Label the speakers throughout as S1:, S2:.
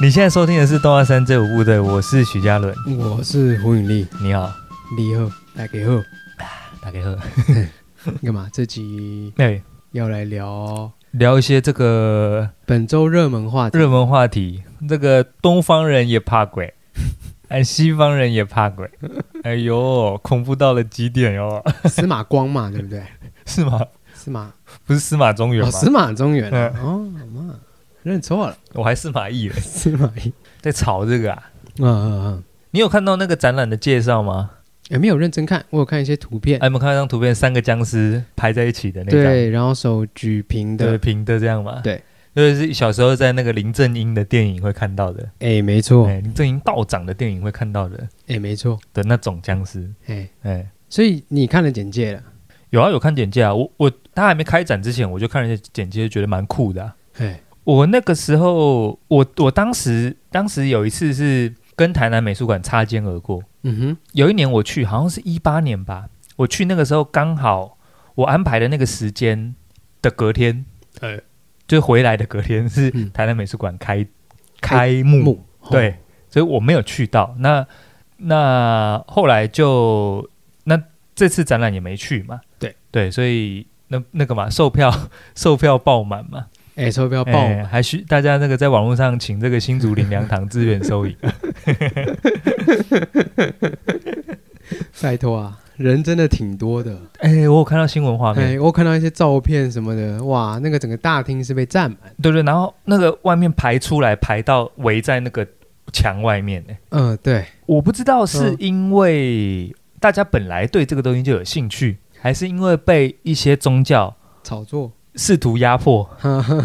S1: 你现在收听的是《动画三》这五部队，我是许嘉伦。
S2: 我是胡永丽，
S1: 你好，
S2: 你好，大家好。
S1: 打给贺。
S2: 干嘛？这集
S1: 哎，
S2: 要来聊
S1: 聊一些这个
S2: 本周热门 话题。
S1: 热门话题，这个东方人也怕 鬼，哎，西方人也怕鬼。哎呦，恐怖到了极点哟，
S2: 司马光嘛，对不对？
S1: 是吗？
S2: 司马
S1: 不是司马中原
S2: 哦，
S1: 吗？
S2: 司马中原啊
S1: 嗯
S2: 哦，妈，认错了，
S1: 我还司马懿嘞，
S2: 司马懿。
S1: 在吵这个啊。
S2: 嗯嗯嗯，
S1: 你有看到那个展览的介绍吗？
S2: 哎也没有认真看，我有看一些图片
S1: 哎，，我们看到一张图片，三个僵尸排在一起的那张，
S2: 对，然后手举平
S1: 对，
S2: 的，
S1: 平的这样嘛。
S2: 对，
S1: 就是小时候在那个林正英的电影会看到的，
S2: 哎，没错，
S1: 哎，林正英道长的电影会看到的
S2: 哎，没错，
S1: 的那种僵尸，
S2: 哎，
S1: 哎。
S2: 所以你看了简介了，
S1: 有啊，有看简介啊。我我他还没开展之前，我就看了一些简介，觉得蛮酷的啊、
S2: 哎，
S1: 我那个时候，我我当时当时有一次是跟台南美术馆擦肩而过。
S2: 嗯
S1: 有一年我去，好像是一八年吧，我去那个时候刚好我安排的那个时间的隔天，
S2: 哼，哎，
S1: 就回来的隔天是
S2: 嗯
S1: 台南美术馆开、
S2: 开
S1: 开幕，
S2: 木，
S1: 对，所以我没有去到。那那后来就那这次展览也没去嘛，
S2: 对
S1: 对，所以那那个嘛，售票 售票爆满嘛，
S2: 哎，售票爆
S1: 哎还需大家那个在网络上请这个新竹林良堂资源收 银，
S2: 拜托啊，人真的挺多的。
S1: 哎，我有看到新闻画面，
S2: 哎，我看到一些照片什么的，哇，那个整个大厅是被占满。
S1: 对对，然后那个外面排出来排到围在那个墙外面、哎，
S2: 嗯，对，
S1: 我不知道是
S2: 嗯
S1: 因为大家本来对这个东西就有兴趣，还是因为被一些宗教
S2: 炒作。
S1: 试图压迫。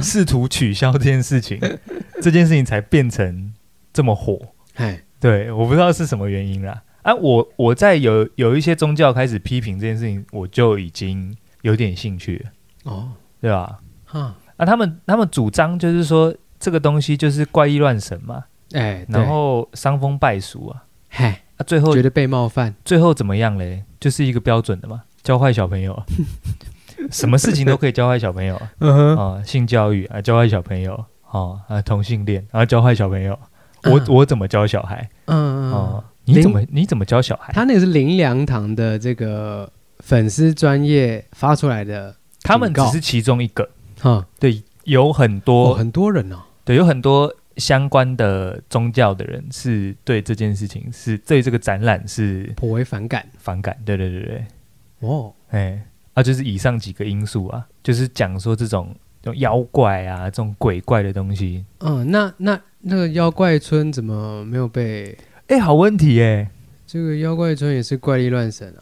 S1: 试图取消这件事情， 这件事情才变成这么火。
S2: 哎，
S1: 对，我不知道是什么原因啦。啊，我我在有有一些宗教开始批评这件事情，我就已经有点兴趣了，
S2: 哦，
S1: 对吧？
S2: 哈，
S1: 啊，他们他们主张就是说这个东西就是怪异乱神嘛，
S2: 哎，对
S1: 然后伤风败俗啊，
S2: 嗨，
S1: 啊，最后
S2: 觉得被冒犯，
S1: 最后怎么样嘞？就是一个标准的嘛，教坏小朋友、啊，什么事情都可以教坏小朋友啊。
S2: 嗯哼，
S1: 啊、性教育啊，教坏小朋友哦，啊，同性恋，然后教坏小朋友，我、
S2: 嗯
S1: 我怎么教小孩？
S2: 嗯嗯，
S1: 哦，你怎么你怎么教小孩？
S2: 他那个是林良堂的这个粉丝专业发出来的，
S1: 他们只
S2: 警告
S1: 是其中一个，
S2: 哈，
S1: 对，有很多、
S2: 哦，很多人哦，
S1: 对，有很多相关的宗教的人是对这件事情是对这个展览是
S2: 颇为反感
S1: 反感，对对对对，
S2: 哦，
S1: 哎，啊，就是以上几个因素啊，就是讲说这种这种妖怪啊，这种鬼怪的东西，
S2: 嗯，那那那个妖怪村怎么没有被？
S1: 哎，好问题哎，
S2: 这个妖怪村也是怪力乱神啊，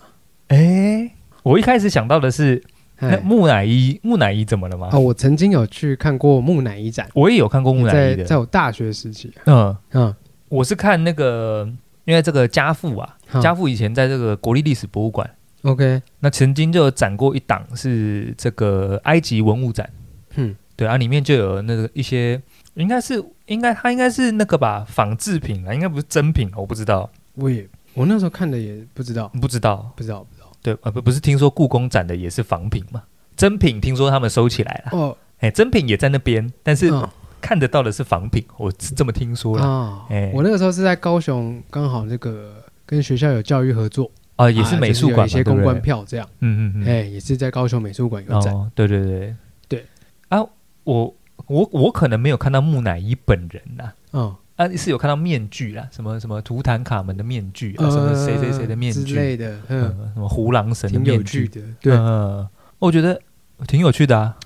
S1: 哎，我一开始想到的是那
S2: 哎，
S1: 木乃伊，木乃伊怎么了吗？
S2: 哦，我曾经有去看过木乃伊展，
S1: 我也有看过木乃伊
S2: 在
S1: 的。
S2: 在我大学时期，
S1: 嗯，
S2: 嗯，
S1: 我是看那个，因为这个家父啊，
S2: 哈
S1: 家父以前在这个国立历史博物馆，
S2: ，OK，
S1: 那曾经就有展过一档是这个埃及文物展，
S2: 嗯，
S1: 对啊，里面就有那个一些，应该是应该它应该是那个吧，仿制品啊，应该不是真品，我不知道，
S2: 我也我那时候看的也不知道，
S1: 不知道，
S2: 不知道，不知道，
S1: 对，呃，不不是听说故宫展的也是仿品嘛，真品听说他们收起来了，
S2: 哦，
S1: 哎、真品也在那边，但是
S2: 嗯
S1: 看得到的是仿品，我是这么听说了。
S2: 啊、
S1: 哎
S2: 我那个时候是在高雄，刚好那个跟学校有教育合作，
S1: 啊，也是
S2: 啊
S1: 美
S2: 就是
S1: 术馆嘛、
S2: 有一
S1: 对
S2: 些
S1: 不
S2: 公
S1: 对
S2: 关票这样，
S1: 嗯嗯嗯，
S2: 哎、也是在高雄美术馆有展。
S1: 哦，对对对
S2: 对
S1: 啊，我我我可能没有看到木乃伊本人呐、
S2: 嗯，
S1: 啊，是有看到面具啦，什么什么图坦卡门的面具啊，
S2: 呃
S1: 什么谁谁谁的面
S2: 之
S1: 具，
S2: 类的，嗯，
S1: 嗯，什么胡狼神的
S2: 挺有
S1: 面
S2: 趣
S1: 具，
S2: 的。对、
S1: 嗯，我觉得挺有趣的啊。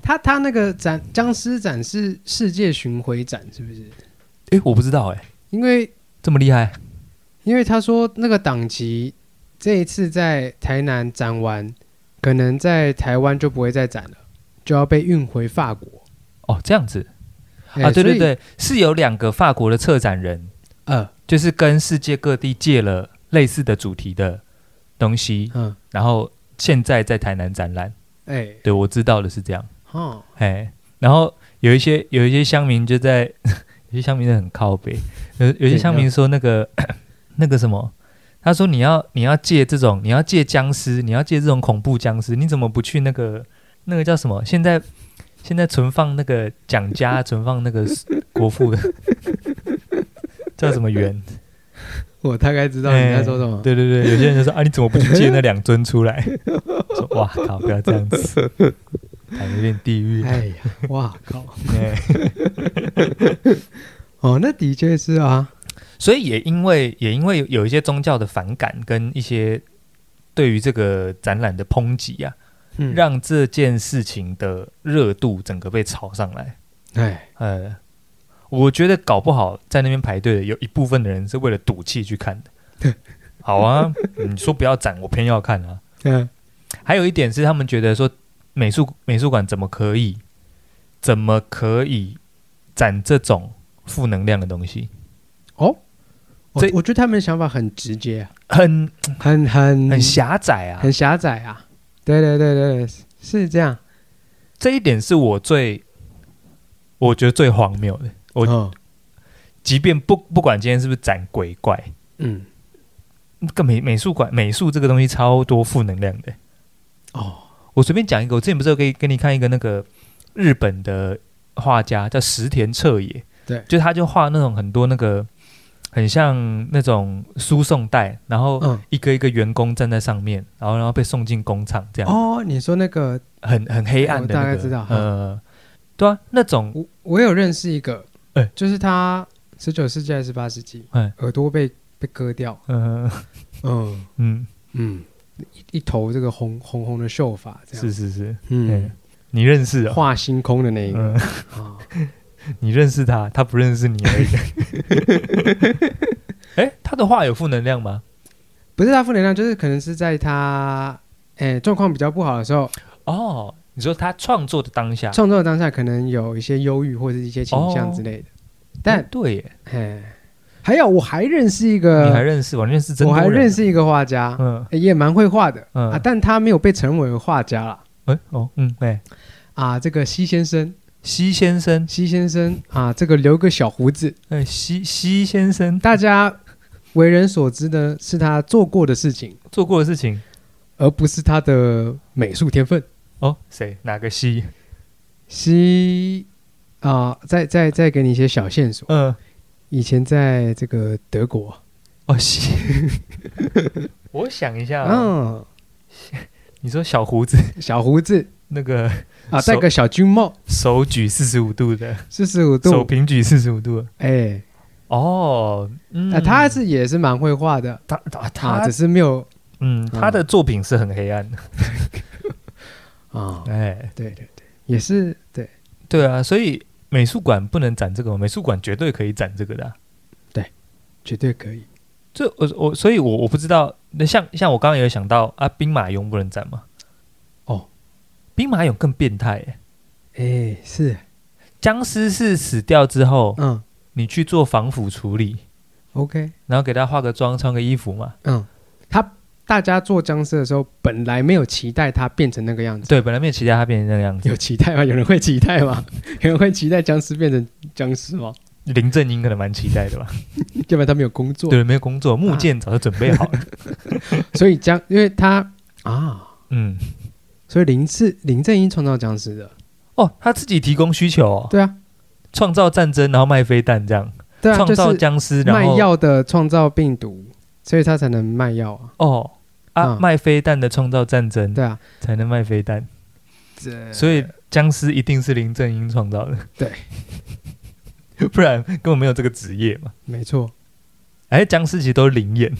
S2: 他，他那个展僵尸展是世界巡回展，是不是？
S1: 诶，我不知道诶，
S2: 因为
S1: 这么厉害，
S2: 因为他说那个档期这一次在台南展完，可能在台湾就不会再展了，就要被运回法国。
S1: 哦，这样子啊，
S2: 哎
S1: 对对，
S2: 所以
S1: 对，是有两个法国的策展人，
S2: 呃，
S1: 就是跟世界各地借了类似的主题的东西，
S2: 嗯，
S1: 然后现在在台南展览。
S2: 哎、
S1: 对，我知道的是这样。
S2: 哦，
S1: 哎，然后有一些有一些乡民就在， 有些乡民真的很靠北，有有些乡民说那个 那个什么，他说你要你要借这种你要借僵尸，你要借这种恐怖僵尸，你怎么不去那个那个叫什么？现在现在存放那个蒋家，存放那个国父的 叫什么园？
S2: 我大概知道你在说什么。
S1: 对对对，有些人就说啊，你怎么不去借那两尊出 来？说哇靠，不要这样子，感觉有点地狱。
S2: 哎呀，哇靠！
S1: 哎
S2: 哦，那的确是啊，
S1: 所以也因为也因为有一些宗教的反感跟一些对于这个展览的抨击啊，
S2: 嗯，
S1: 让这件事情的热度整个被炒上来。
S2: 哎，
S1: 呃，我觉得搞不好在那边排队的有一部分的人是为了赌气去看的。 好啊，你说不要展，我偏要看啊。
S2: 嗯
S1: 还有一点是，他们觉得说美术美术馆怎么可以怎么可以展这种负能量的东西，
S2: 我
S1: 这
S2: 我觉得他们想法很直接、啊，
S1: 很
S2: 很很
S1: 很狭窄啊，
S2: 嗯很狭窄啊。对对对对，对是这样。
S1: 这一点是我最我觉得最荒谬的。我
S2: 哦
S1: 即便不不管今天是不是展鬼怪，
S2: 嗯
S1: 跟美美术馆美术这个东西超多负能量的。
S2: 哦
S1: 我随便讲一个，我之前不是有给给你看一个那个日本的画家叫石田彻也，
S2: 对
S1: 就他就画那种很多那个很像那种输送带，然后
S2: 嗯
S1: 一个一个员工站在上面，然后然后被送进工厂这样，
S2: 哦，你说那个
S1: 很很黑暗的、那个
S2: 我大概知道嗯
S1: 呃，对啊，那种
S2: 我我有认识一个，
S1: 哎
S2: 就是他十九世纪还是十八世纪，
S1: 哎
S2: 耳朵被被割掉，
S1: 呃
S2: 嗯
S1: 嗯，
S2: 嗯，一一头这个红红红的秀发，这样
S1: 是，是是，
S2: 嗯
S1: 哎，你认识啊、
S2: 画星空的那一个
S1: 嗯，
S2: 啊，
S1: 你认识他，他不认识你而已。 哎、他的话有负能量吗？
S2: 不是他负能量，就是可能是在他哎状况比较不好的时候，
S1: 哦，你说他创作的当下，
S2: 创作的当下可能有一些忧郁或者一些倾向之类的，
S1: 哎
S2: 但
S1: 对耶，
S2: 哎，还有我还认识一
S1: 你还
S2: 个，
S1: 认识我？认识真
S2: 我
S1: 多人啊
S2: 还认，识一个画家，
S1: 嗯
S2: 欸也蛮会画的、
S1: 嗯
S2: 啊，但他没有被成为画家啦。
S1: 哎、哦嗯哎、
S2: 啊。这个西先生，
S1: 西先生，
S2: 西先生啊，这个留个小胡子，
S1: 哎、西西先生
S2: 大家为人所知的是他做过的事情，
S1: 做过的事情
S2: 而不是他的美术天分。
S1: 哦，谁哪个西？
S2: 西啊，再再再给你一些小线索，
S1: 嗯、
S2: 以前在这个德国，
S1: 哦西， 我想一下、哦，
S2: 嗯，
S1: 你说小胡子
S2: 小胡子
S1: 那个
S2: 啊，
S1: 手
S2: 戴个小军帽，
S1: 手举四十五度的，
S2: 四十五
S1: 手
S2: 度，
S1: 平举四十五度的，
S2: 哎，
S1: 哦，嗯，
S2: 啊，他是也是蛮会画的，
S1: 他他
S2: 啊，
S1: 他
S2: 只是没有
S1: 嗯，他的作品是很黑暗的，
S2: 啊，
S1: 哎，
S2: 对对对，也是对。
S1: 对啊，所以美术馆不能展这个吗，美术馆绝对可以展这个的啊、
S2: 绝对可以。
S1: 这我我，所以我我不知道，那像像我刚刚也有想到啊，兵马俑不能展吗？
S2: 哦，
S1: 兵马俑更变态耶，
S2: 哎、是，
S1: 僵尸是死掉之后，
S2: 嗯
S1: 你去做防腐处理，
S2: ，OK，
S1: 然后给他化个妆，穿个衣服 嘛。
S2: 嗯，他大家做僵尸的时候，本来没有期待他变成那个样子，
S1: 对，本来没有期待他变成那个样子。
S2: 有期待吗？有人会期待吗？ 有人会期待僵尸变成 僵尸吗？
S1: 林正英可能蛮期待的吧？
S2: 要不然他没有工 作，
S1: 对，没有工作，木剑早就准备 好了。
S2: 所以僵，因为他啊，
S1: 嗯，
S2: 所以林志林正英创造僵尸的，
S1: 哦，他自己提供需求、哦，
S2: 对啊，
S1: 创造战争，然后卖飞弹这样，
S2: 对啊，
S1: 创
S2: 就
S1: 造
S2: 是
S1: 僵尸，然
S2: 卖
S1: 后
S2: 药的创造病毒，所以他才能卖药啊，
S1: 哦啊，
S2: 嗯
S1: 卖飞弹的创造战争
S2: 对啊，
S1: 才能卖飞弹，
S2: 这
S1: 所以僵尸一定是林正英创造的，
S2: 对，
S1: 不然根本没有这个职业嘛。
S2: 没错，
S1: 哎，僵尸其实都是灵 演，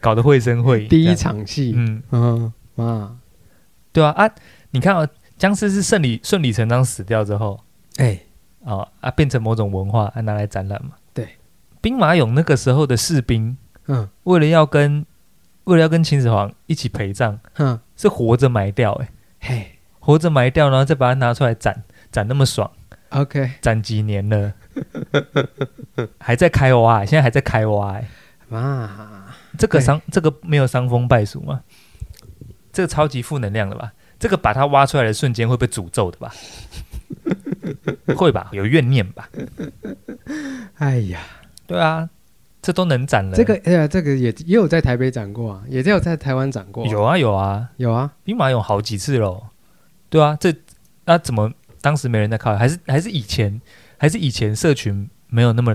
S1: 搞得绘声绘影。
S2: 第一
S1: 这样，
S2: 场戏，
S1: 嗯，
S2: 嗯啊，
S1: 对啊啊，你看啊，僵尸是顺理顺理成章死掉之后，
S2: 哎、
S1: 哦啊，变成某种文化，啊拿来展览嘛。
S2: 对，
S1: 兵马俑那个时候的士兵，
S2: 嗯
S1: 为了要跟为了要跟秦始皇一起陪葬，
S2: 嗯，
S1: 是活着埋掉、哎，
S2: 嘿
S1: 活着埋掉，然后再把它拿出来展，展那么爽，
S2: ，OK。
S1: 展几年 了，还在开挖、欸现在还在开挖、哎，
S2: 哇，
S1: 这个
S2: 对
S1: 伤这个没有伤风败俗吗？这个超级负能量的吧？这个把它挖出来的瞬间会被诅咒的 吧？会吧，有怨念吧？
S2: 哎呀，
S1: 对啊，这都能展了。
S2: 这个哎呀，这个也也有在台北展过啊，也有在台湾展过啊、
S1: 有啊有啊，
S2: 有啊，
S1: 兵马俑好几次喽。对啊，这那、怎么当时没人在靠？还是还是以前还是以前社群没有那么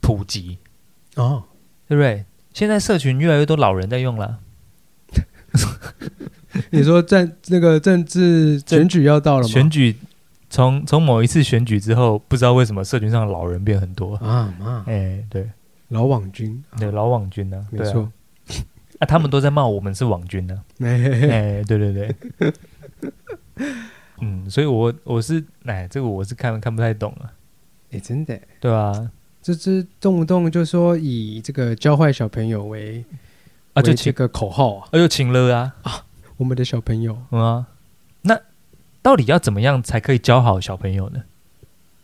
S1: 普及，
S2: 哦，
S1: 对不对？现在社群越来越多老人在用了，
S2: 你说政那个政治
S1: 政
S2: 选举要到哦了吗？
S1: 选举从从某一次选举之后，不知道为什么社群上的老人变很多。
S2: 啊妈，
S1: 哎，对，
S2: 老网军，啊
S1: 对，老网军呢、
S2: 没
S1: 对啊
S2: 错，
S1: 啊，他们都在骂我们是网军呢、
S2: 哎，
S1: 哎，对对对，嗯，所以我我是哎，这个我是看看不太懂啊，
S2: 哎真的，
S1: 对啊，
S2: 这只动不动就说以这个教坏小朋友为
S1: 啊就
S2: 为
S1: 请
S2: 这个口号啊，
S1: 啊就请了啊，
S2: 我们的小朋友
S1: 嗯啊，那到底要怎么样才可以教好小朋友呢？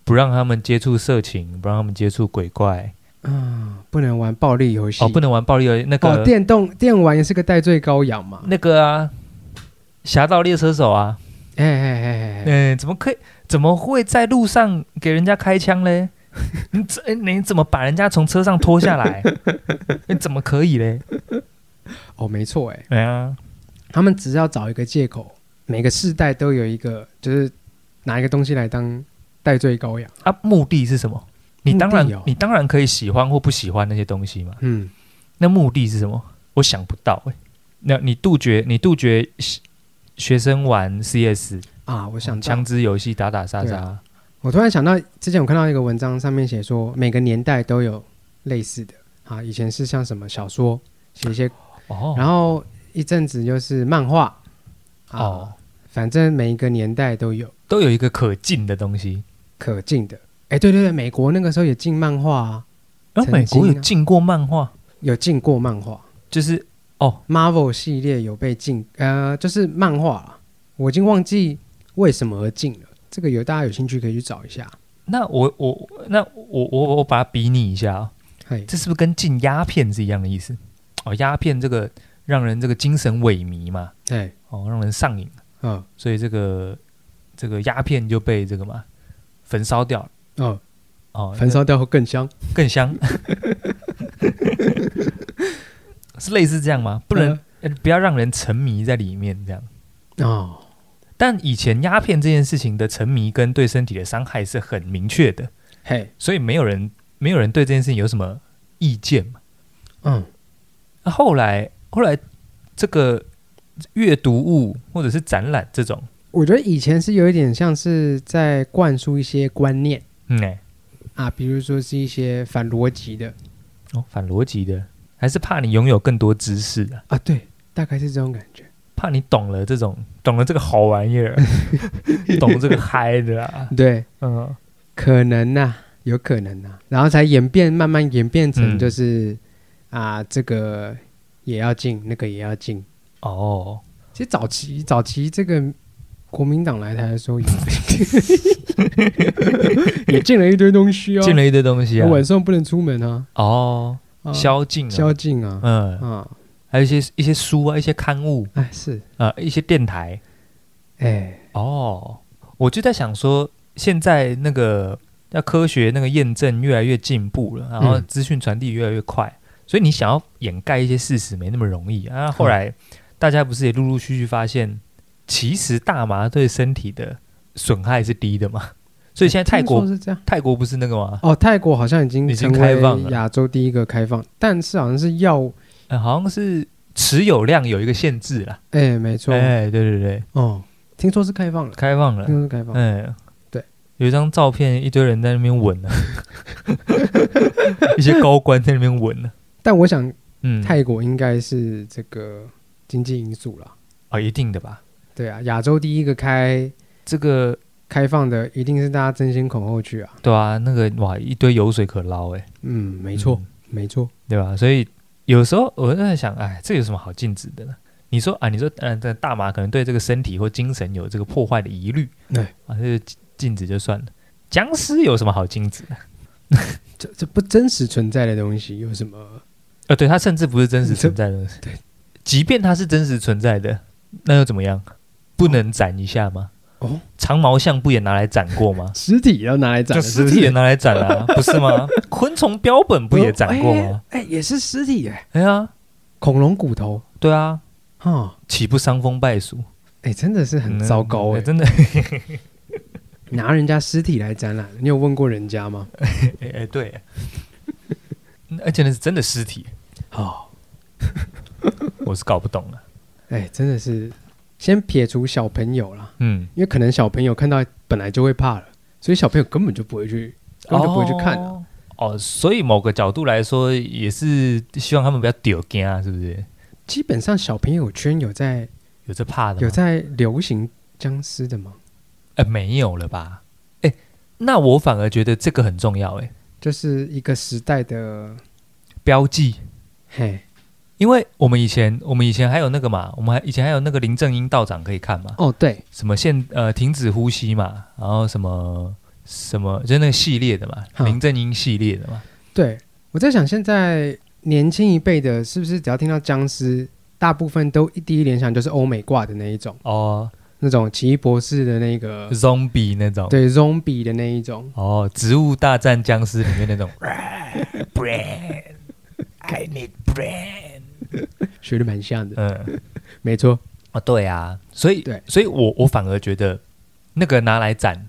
S1: 不让他们接触色情，不让他们接触鬼怪，
S2: 啊，不能玩暴力游戏
S1: 哦，不能玩暴力游戏，那个、
S2: 哦，电动电玩也是个戴罪羔羊嘛，
S1: 那个啊，侠盗猎车手啊，
S2: 哎哎哎哎哎，
S1: 嗯、怎么可以？怎么会在路上给人家开枪嘞？ 你怎哎你怎么把人家从车上拖下 来？你怎么可以嘞？
S2: 哦，没错，哎，
S1: 哎呀，
S2: 他们只要找一个借口，每个世代都有一个，就是拿一个东西来当戴罪羔羊，
S1: 啊，目的是什么？你当然、
S2: 目的哦
S1: 你当然可以喜欢或不喜欢那些东西嘛。
S2: 嗯。
S1: 那目的是什么？我想不到哎、那你杜绝你杜绝学学生玩 CS
S2: 啊，我想到
S1: 哦枪，支游戏打打杀
S2: 对
S1: 杀、
S2: 啊我突然想到之前我看到一个文章，上面写说每个年代都有类似的啊，以前是像什么小说写一些，
S1: 哦，
S2: 然后一阵子又是漫画，啊，
S1: 哦
S2: 反正每一个年代都有
S1: 都有一个可进的东西。
S2: 可进的。哎，对对对，美国那个时候也进漫画啊，
S1: 然哦后美国
S2: 曾
S1: 有
S2: 经啊
S1: 进过漫画，
S2: 有进过漫画
S1: 就是
S2: ，Marvel 系列有被禁，呃，就是漫画啊，我已经忘记为什么而禁了。这个有大家有兴趣可以去找一下。
S1: 那我我那我我我把它比拟一下啊、
S2: 嘿，
S1: 这是不是跟进鸦片是一样的意思？哦，鸦片这个让人这个精神萎靡嘛，
S2: 哎，
S1: 哦，让人上瘾，
S2: 嗯
S1: 所以这个这个鸦片就被这个嘛焚烧掉了
S2: 嗯，
S1: 哦，
S2: 焚烧掉会更香。
S1: 更香， 是类似这样吗？不能、呃不要让人沉迷在里面这样。
S2: 嗯哦。
S1: 但以前鸦片这件事情的沉迷跟对身体的伤害是很明确的，
S2: 嘿，
S1: 所以没有人没有人对这件事情有什么意见嘛。
S2: 嗯，
S1: 那后来后来这个阅读物或者是展览这种，
S2: 我觉得以前是有一点像是在灌输一些观念
S1: 嗯哎、
S2: 啊，比如说是一些反逻辑的
S1: 哦反逻辑的，还是怕你拥有更多知识啊，
S2: 啊，对，大概是这种感觉。
S1: 怕你懂了这种懂了这个好玩意儿，啊 懂这个嗨的啊，
S2: 对，
S1: 嗯。
S2: 可能呐、有可能呐、然后才演变，慢慢演变成
S1: 嗯
S2: 就是、啊，这个也要进，那个也要进。
S1: 哦，
S2: 其实早期早期这个国民党来台的时候也 也进了一堆东西哦，
S1: 进了一堆东西啊。
S2: 晚上不能出门啊，
S1: 哦，
S2: 啊
S1: 宵禁啊，
S2: 宵禁啊，
S1: 嗯，
S2: 啊，
S1: 还有一些一些书啊，一些刊物
S2: 哎是，
S1: 啊，一些电台。
S2: 哎。
S1: 哦，我就在想说，现在那个要科学那个验证越来越进步了，然后
S2: 嗯
S1: 资讯传递越来越快，所以你想要掩盖一些事实没那么容易
S2: 嗯
S1: 啊。后来大家不是也陆陆续续发现，其实大麻对身体的损害是低的嘛？ 所以现在泰
S2: 哎听
S1: 国
S2: 说是这样
S1: 泰国不是那个吗？
S2: 哦，泰国好像已经
S1: 已经
S2: 成为
S1: 开放了
S2: 亚洲第一个开放，但是好像是药，
S1: 呃，好像是持有量有一个限制啦。
S2: 哎，没错，
S1: 哎，对对对，
S2: 哦，听说是开放了，
S1: 开放了
S2: 听。说是开放，
S1: 嗯，
S2: 哦对，
S1: 有一张照片，一堆人在那边吻呢、 一些高官在那边吻呢、
S2: 但我想
S1: 嗯，
S2: 泰国应该是这个经济因素啦，
S1: 哦，一定的吧？
S2: 对啊，亚洲第一个开
S1: 这个
S2: 开放的一定是大家争先恐后去啊，
S1: 对啊，那个哇，一堆油水可捞哎、
S2: 嗯，没错，
S1: 嗯
S2: 没错，
S1: 对吧？所以有时候我就在想，哎，这有什么好禁止的呢？你说啊，你说，嗯、这大麻可能对这个身体或精神有这个破坏的疑虑，
S2: 对
S1: 啊，这就禁止就算了。僵尸有什么好禁止的？
S2: 这这不真实存在的东西有什么？
S1: 呃，对，它甚至不是真实存在的东西。
S2: 对，
S1: 即便它是真实存在的，那又怎么样？不能斩一下吗？
S2: 哦，？
S1: 长毛象不也拿来斩过吗
S2: 尸体要拿来 斩
S1: 就
S2: 了，
S1: 尸
S2: 是不
S1: 体
S2: 是
S1: 也拿来斩 啊，不是吗？昆虫标本不也斩过吗？？
S2: 哎、哎也是尸体哎、
S1: 哎呀，
S2: 恐龙骨头
S1: 对啊，
S2: 啊，
S1: 岂不伤风败俗？
S2: 哎、真的是很
S1: 嗯
S2: 糟糕哎、
S1: 真的。
S2: 拿人家尸体来展览，你有问过人家吗？
S1: 哎、哎，对， 嗯而且那是真的尸体，
S2: 哦，
S1: 我是搞不懂啊了。
S2: 哎，真的是，先撇除小朋友啦，
S1: 嗯，
S2: 因为可能小朋友看到本来就会怕了，所以小朋友根本就不会去，根本就不会去看啊了。
S1: 哦。哦，所以某个角度来说，也是希望他们不要丢惊啊，是不是？
S2: 基本上小朋友圈有在
S1: 有这怕的吗？
S2: 有在流行僵尸的吗？
S1: 呃，没有了吧？哎，那我反而觉得这个很重要，哎，
S2: 就是一个时代的
S1: 标记，
S2: 嘿
S1: 因为我们以前我们以前还有那个嘛，我们还以前还有那个林正英道长可以看嘛，
S2: 哦对
S1: 什么现呃停止呼吸嘛，然后什么什么就是那个系列的嘛，
S2: 嗯
S1: 林正英系列的嘛，
S2: 对，我在想现在年轻一辈的，是不是只要听到僵尸，大部分都一第一联想就是欧美挂的那一种，
S1: 哦
S2: 那种奇异博士的那个，
S1: ，zombie 那种，
S2: 对 zombie 的那一种，
S1: 哦，植物大战僵尸里面 那种，brain I need brain，
S2: 学的蛮像的，
S1: 嗯。
S2: 没错，
S1: 啊，对啊，所以
S2: 对
S1: 所以我我反而觉得那个拿来展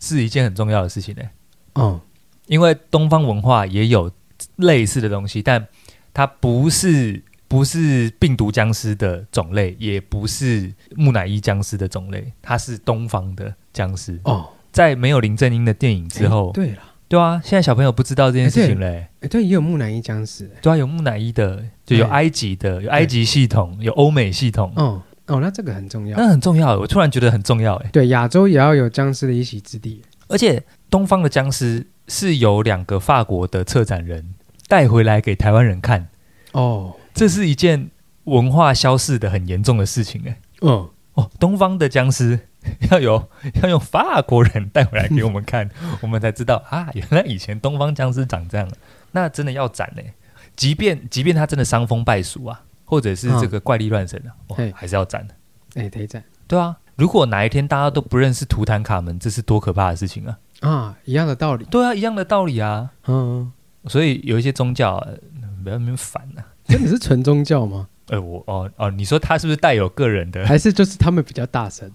S1: 是一件很重要的事情呢、欸
S2: 嗯，
S1: 因为东方文化也有类似的东西，但它不是不是病毒僵尸的种类，也不是木乃伊僵尸的种类，它是东方的僵尸。
S2: 哦，
S1: 在没有林正英的电影之后，
S2: 哎对了，
S1: 对啊，现在小朋友不知道这件事情嘞、
S2: 哎对，也有木乃伊僵尸，哎
S1: 对啊，有木乃伊的，就有
S2: 对
S1: 埃及的，有埃及系统，有欧美系统，
S2: 哦哦，那这个很重要，
S1: 那很重要。我突然觉得很重要哎。
S2: 对，亚洲也要有僵尸的一席之地，
S1: 而且东方的僵尸是由两个法国的策展人带回来给台湾人看，
S2: 哦，
S1: 这是一件文化消逝的很严重的事情哎。
S2: 嗯，
S1: 哦，东方的僵尸 要有要用法国人带回来给我们看， 我们才知道啊，原来以前东方僵尸长这样。那真的要斩嘞，即便即便他真的伤风败俗啊，或者是这个怪力乱神啊，哦
S2: 嘿
S1: 还是要斩的。
S2: 哎，得在
S1: 对啊，如果哪一天大家都不认识图坦卡门，这是多可怕的事情啊！
S2: 啊，一样的道理，
S1: 对啊，一样的道理啊。
S2: 嗯，
S1: 所以有一些宗教、呃不要那么烦呐、啊。
S2: 真的是纯宗教吗？
S1: 呃，我哦哦，你说他是不是带有个人的？
S2: 还是就是他们比较大声？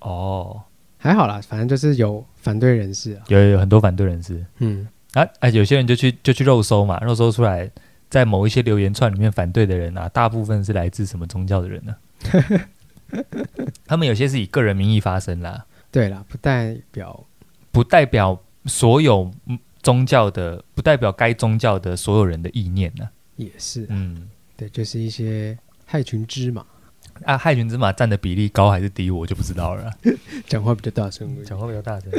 S1: 哦，
S2: 还好啦，反正就是有反对人士啊。
S1: 有有有很多反对人士
S2: 嗯，
S1: 啊啊，有些人就去就去肉搜嘛，肉搜出来，在某一些留言串里面反对的人啊，大部分是来自什么宗教的人 呢、他们有些是以个人名义发声啦，
S2: 对啦，不代表
S1: 不代表所有嗯宗教的，不代表该宗教的所有人的意念呢、
S2: 也是，
S1: 嗯，
S2: 对，就是一些害群之马，
S1: 啊，害群之马占的比例高还是低，我就不知道了啦。
S2: 讲话比较大声而已。
S1: 讲话比较大声。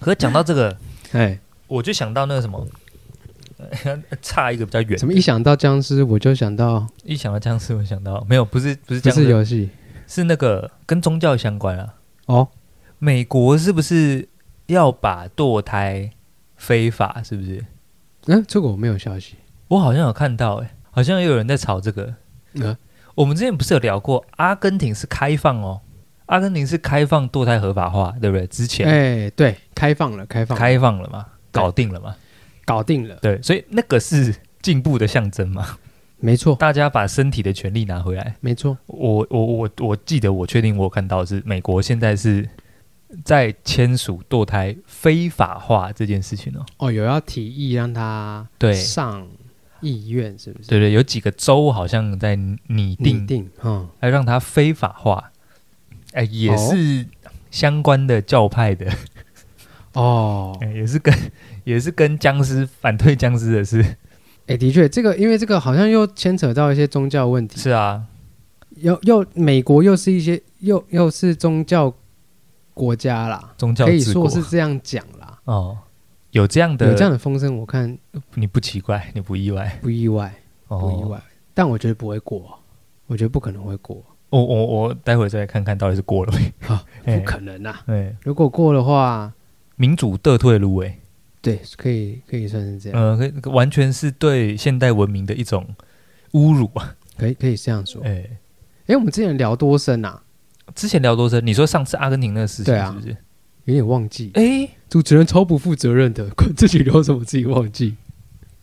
S1: 可讲到这个，
S2: 哎，
S1: 我就想到那个什么， 呃差一个比较远。
S2: 怎么一想到僵尸，我就想到
S1: 一想到僵尸，我想到没有，不是不是
S2: 这
S1: 僵尸，
S2: 是游戏
S1: 是那个跟宗教相关啊。
S2: 哦，
S1: 美国是不是要把堕胎非法？是不是？
S2: 嗯，这个我没有消息。
S1: 我好像有看到、欸，哎，好像也有人在吵这个。
S2: 嗯，
S1: 我们之前不是有聊过，阿根廷是开放哦，阿根廷是开放堕胎合法化，对不对？之前、
S2: 哎，对，开放了，开放了，
S1: 开放了嘛，
S2: 对
S1: 搞定了嘛，
S2: 搞定了，
S1: 对，所以那个是进步的象征嘛。
S2: 没错，
S1: 大家把身体的权利拿回来。
S2: 没错，
S1: 我我我我记得我确定我有看到是美国现在是在签署堕胎非法化这件事情哦。
S2: 哦，有要提议让他
S1: 对
S2: 上议院，是不是？
S1: 对对，有几个州好像在拟定，
S2: 拟定，嗯，
S1: 要让它非法化。哎，也
S2: 哦
S1: 是相关的教派的，
S2: 哦，
S1: 哎 也是跟也是跟僵尸反对僵尸的 事。
S2: 哎，的确，这个因为这个好像又牵扯到一些宗教问题，
S1: 是啊，
S2: 又又美国又是一些又又是宗教国家啦，
S1: 宗教
S2: 可以
S1: 治
S2: 说
S1: 国
S2: 是这样讲啦。
S1: 哦，有这样的
S2: 有这样的风声，我看
S1: 你不奇怪，你不意外，
S2: 不意外，
S1: 哦
S2: 不意外。但我觉得不会过，我觉得不可能会过，
S1: 我我我待会儿再来看看到底是过了没。
S2: 啊
S1: 哎
S2: 不可能啊！
S1: 对，
S2: 如果过的话，
S1: 民主的退路哎，
S2: 对，可以可以算是这样，
S1: 呃，可完全是对现代文明的一种侮辱啊！
S2: 可以可以这样说。
S1: 哎，
S2: 哎，我们之前聊多深啊，
S1: 之前聊多深，你说上次阿根廷那个事情
S2: 对
S1: 是
S2: 啊
S1: 不是？
S2: 有点忘记。
S1: 哎、
S2: 主持人超不负责任的， 管自己聊什么自己忘记。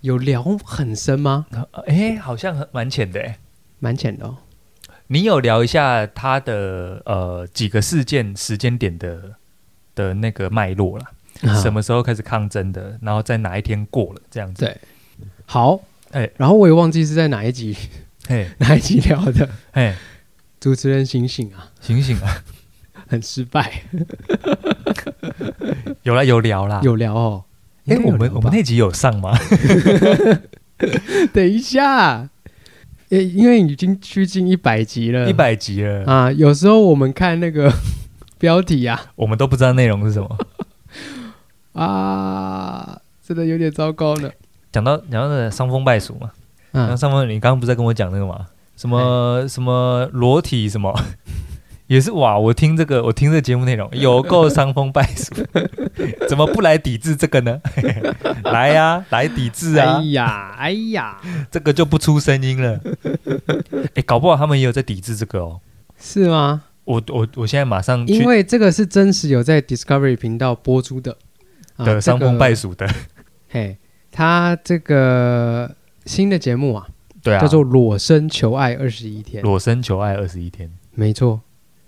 S2: 有聊很深吗？
S1: 哎、好像很蛮浅的哎。
S2: 蛮浅的哦。
S1: 你有聊一下他的呃几个事件时间点的的那个脉络啦，
S2: 啊
S1: 什么时候开始抗争的，然后在哪一天过了这样子。
S2: 对好，
S1: 哎
S2: 然后我也忘记是在哪一集
S1: 嘿，
S2: 哪一集聊的，
S1: 嘿，
S2: 主持人醒醒啊，
S1: 醒醒啊，
S2: 很失败，
S1: 有啦有聊啦。
S2: 有聊哦。
S1: 哎，
S2: 应该有
S1: 我们
S2: 聊
S1: 啊我们
S2: 吧
S1: 那集有上吗？
S2: 等一下，诶，因为已经趋近一百集了，
S1: 一百集了，
S2: 啊，有时候我们看那个 标题啊，
S1: 我们都不知道内容是什 么。
S2: 啊，真的有点糟糕呢。
S1: 讲到讲到那个伤风败俗嘛，然后
S2: 啊，
S1: 上方你刚刚不是在跟我讲那个吗？什
S2: 哎
S1: 么什么裸体什么， 也是哇！我听这个，我听这个节目内 容有够伤风败俗， 怎么不来抵制这个呢？ 来呀、来抵制啊！
S2: 哎呀，哎呀，
S1: 这个就不出声音 了。哎，搞不好他们也有在抵制这个哦。
S2: 是吗？
S1: 我我我现在马上
S2: 因
S1: 去
S2: 为这个是真实有在 Discovery 频道播出的啊
S1: 的伤风败
S2: 俗。
S1: 俗的，
S2: 这个嘿，他这个新的节目啊，
S1: 对啊，
S2: 叫做《裸身求爱二十一天》，
S1: 啊裸身求爱二十一天。
S2: 没错。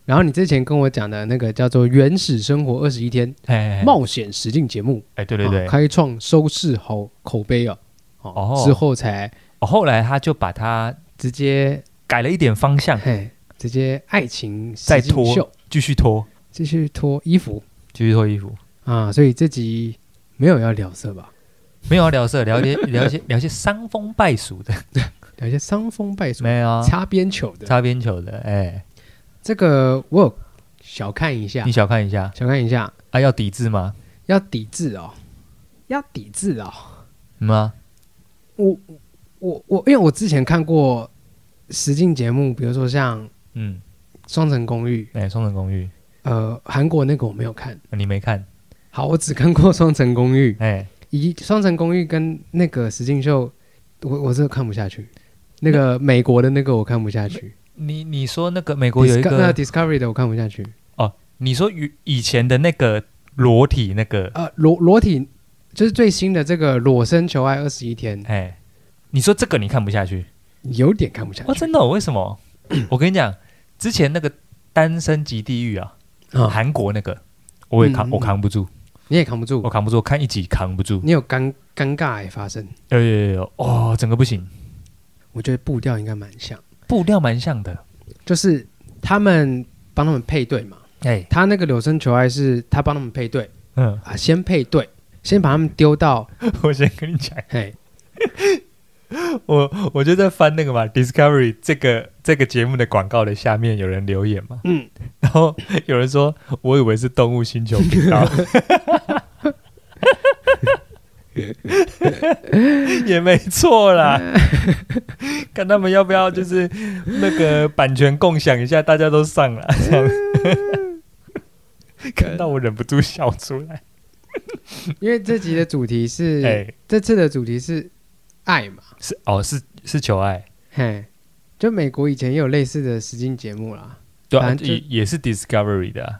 S2: 然后你之前跟我讲的那个叫做《原始生活二十一天》
S1: 哎，
S2: 冒险实境节目，
S1: 哎，对对对
S2: 啊。开创收视好口碑哦，
S1: 哦
S2: 哦，之后才
S1: 哦后来他就把它
S2: 直接
S1: 改了一点方向，
S2: 嘿，直接爱情
S1: 再
S2: 实境
S1: 脱
S2: 秀，
S1: 继续脱，
S2: 继续脱衣服
S1: 继续脱衣服。
S2: 啊，所以这集没有要聊色吧，
S1: 没有要聊色，聊些聊些聊些伤风败俗的，
S2: 聊一些伤风败俗、
S1: 没有啊
S2: 擦边球的。
S1: 擦边球的，哎、
S2: 这个我有小看一下
S1: 你，小看一下
S2: 小看一下，
S1: 啊，要抵制吗？
S2: 要抵制哦，要抵制哦。
S1: 嗯吗？
S2: 我我我，因为我之前看过实境节目，比如说像《
S1: 嗯，
S2: 双城公寓
S1: 哎、双层公寓》，
S2: 呃，韩国那个我没有看。
S1: 你没看？
S2: 好，我只看过《双城公寓》，
S1: 哎、
S2: 以《双城公寓》跟那个石敬秀，我我真的看不下去。那个美国的那个我看不下去，
S1: 你你说那个美国有一
S2: Disco- 那
S1: 个，
S2: Discovery 的我看不下去。
S1: 你说以以前的那个裸体那个，
S2: 呃，裸裸体就是最新的这个《裸身求爱二十一天》，
S1: 哎、你说这个你看不下去？
S2: 有点看不下
S1: 哦，
S2: 去
S1: 真的哦、为什么？我跟你讲，之前那个《单身即地狱》啊，
S2: 啊，
S1: 韩国那个，我也扛，
S2: 嗯嗯
S1: 我扛不住，
S2: 你也扛不
S1: 我
S2: 住，
S1: 扛不住，我看一集扛不住，
S2: 你有尴尴尬癌发生。
S1: 有有有有，哦，整个不行，
S2: 我觉得步调应该蛮像，
S1: 步调蛮像的，
S2: 就是他们帮他们配对嘛。
S1: 哎、
S2: 他那个《裸身求爱》是他帮他们配对
S1: 嗯，
S2: 啊，先配对，先把他们丢到
S1: 我先跟你讲，
S2: 嘿，
S1: 我我就在翻那个嘛，Discovery 这个这个节目的广告的下面有人留言嘛，
S2: 嗯，
S1: 然后有人说，我以为是动物星球频道， 也没错啦。看他们要不要就是那个版权共享一下，大家都上了，这 样看到我忍不住笑出来。
S2: 因为这集的主题是
S1: 哎、
S2: 这次的主题是爱嘛，
S1: 是哦，是是求爱，
S2: 嘿，就美国以前也有类似的实境节目啦。
S1: 对、啊，
S2: 反正就
S1: 也也是 Discovery 的、啊，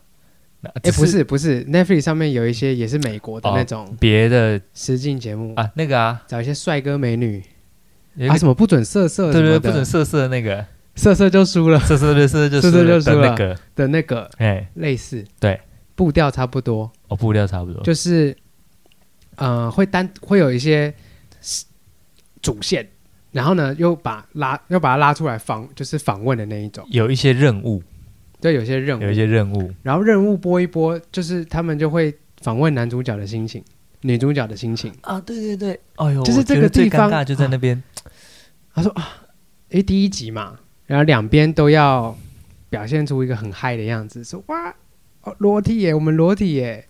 S1: 那
S2: 哎、
S1: 只
S2: 不是不是，Netflix 上面有一些也是美国的那种
S1: 别的
S2: 实境节目，
S1: 啊，那个啊，
S2: 找一些帅哥美女
S1: 有一
S2: 啊，
S1: 个
S2: 什么不准色色什
S1: 对
S2: 么
S1: 对，
S2: 的，
S1: 不准色色的那个，
S2: 色色就输了
S1: 色色的 色色就
S2: 色色就
S1: 的
S2: 输了
S1: 那个，
S2: 的那个
S1: 哎，
S2: 类似，
S1: 对，
S2: 步调差不多，
S1: 哦，步调差不多，
S2: 就是呃会单会有一些主线，然后呢又把拉又把它拉出来访就是访问的那一种，
S1: 有一些任务，
S2: 就有些任务
S1: 有一些任务，
S2: 然后任务播一播，就是他们就会访问男主角的心情、女主角的心情。
S1: 啊，对对对，哎呦，
S2: 就是
S1: 我觉
S2: 这
S1: 得
S2: 个
S1: 最
S2: 地
S1: 尴
S2: 方啊
S1: 尬就在那边，
S2: 他说啊，诶，第一集嘛，然后两边都要表现出一个很嗨的样子，说哇，哦，裸体耶，我们裸体耶，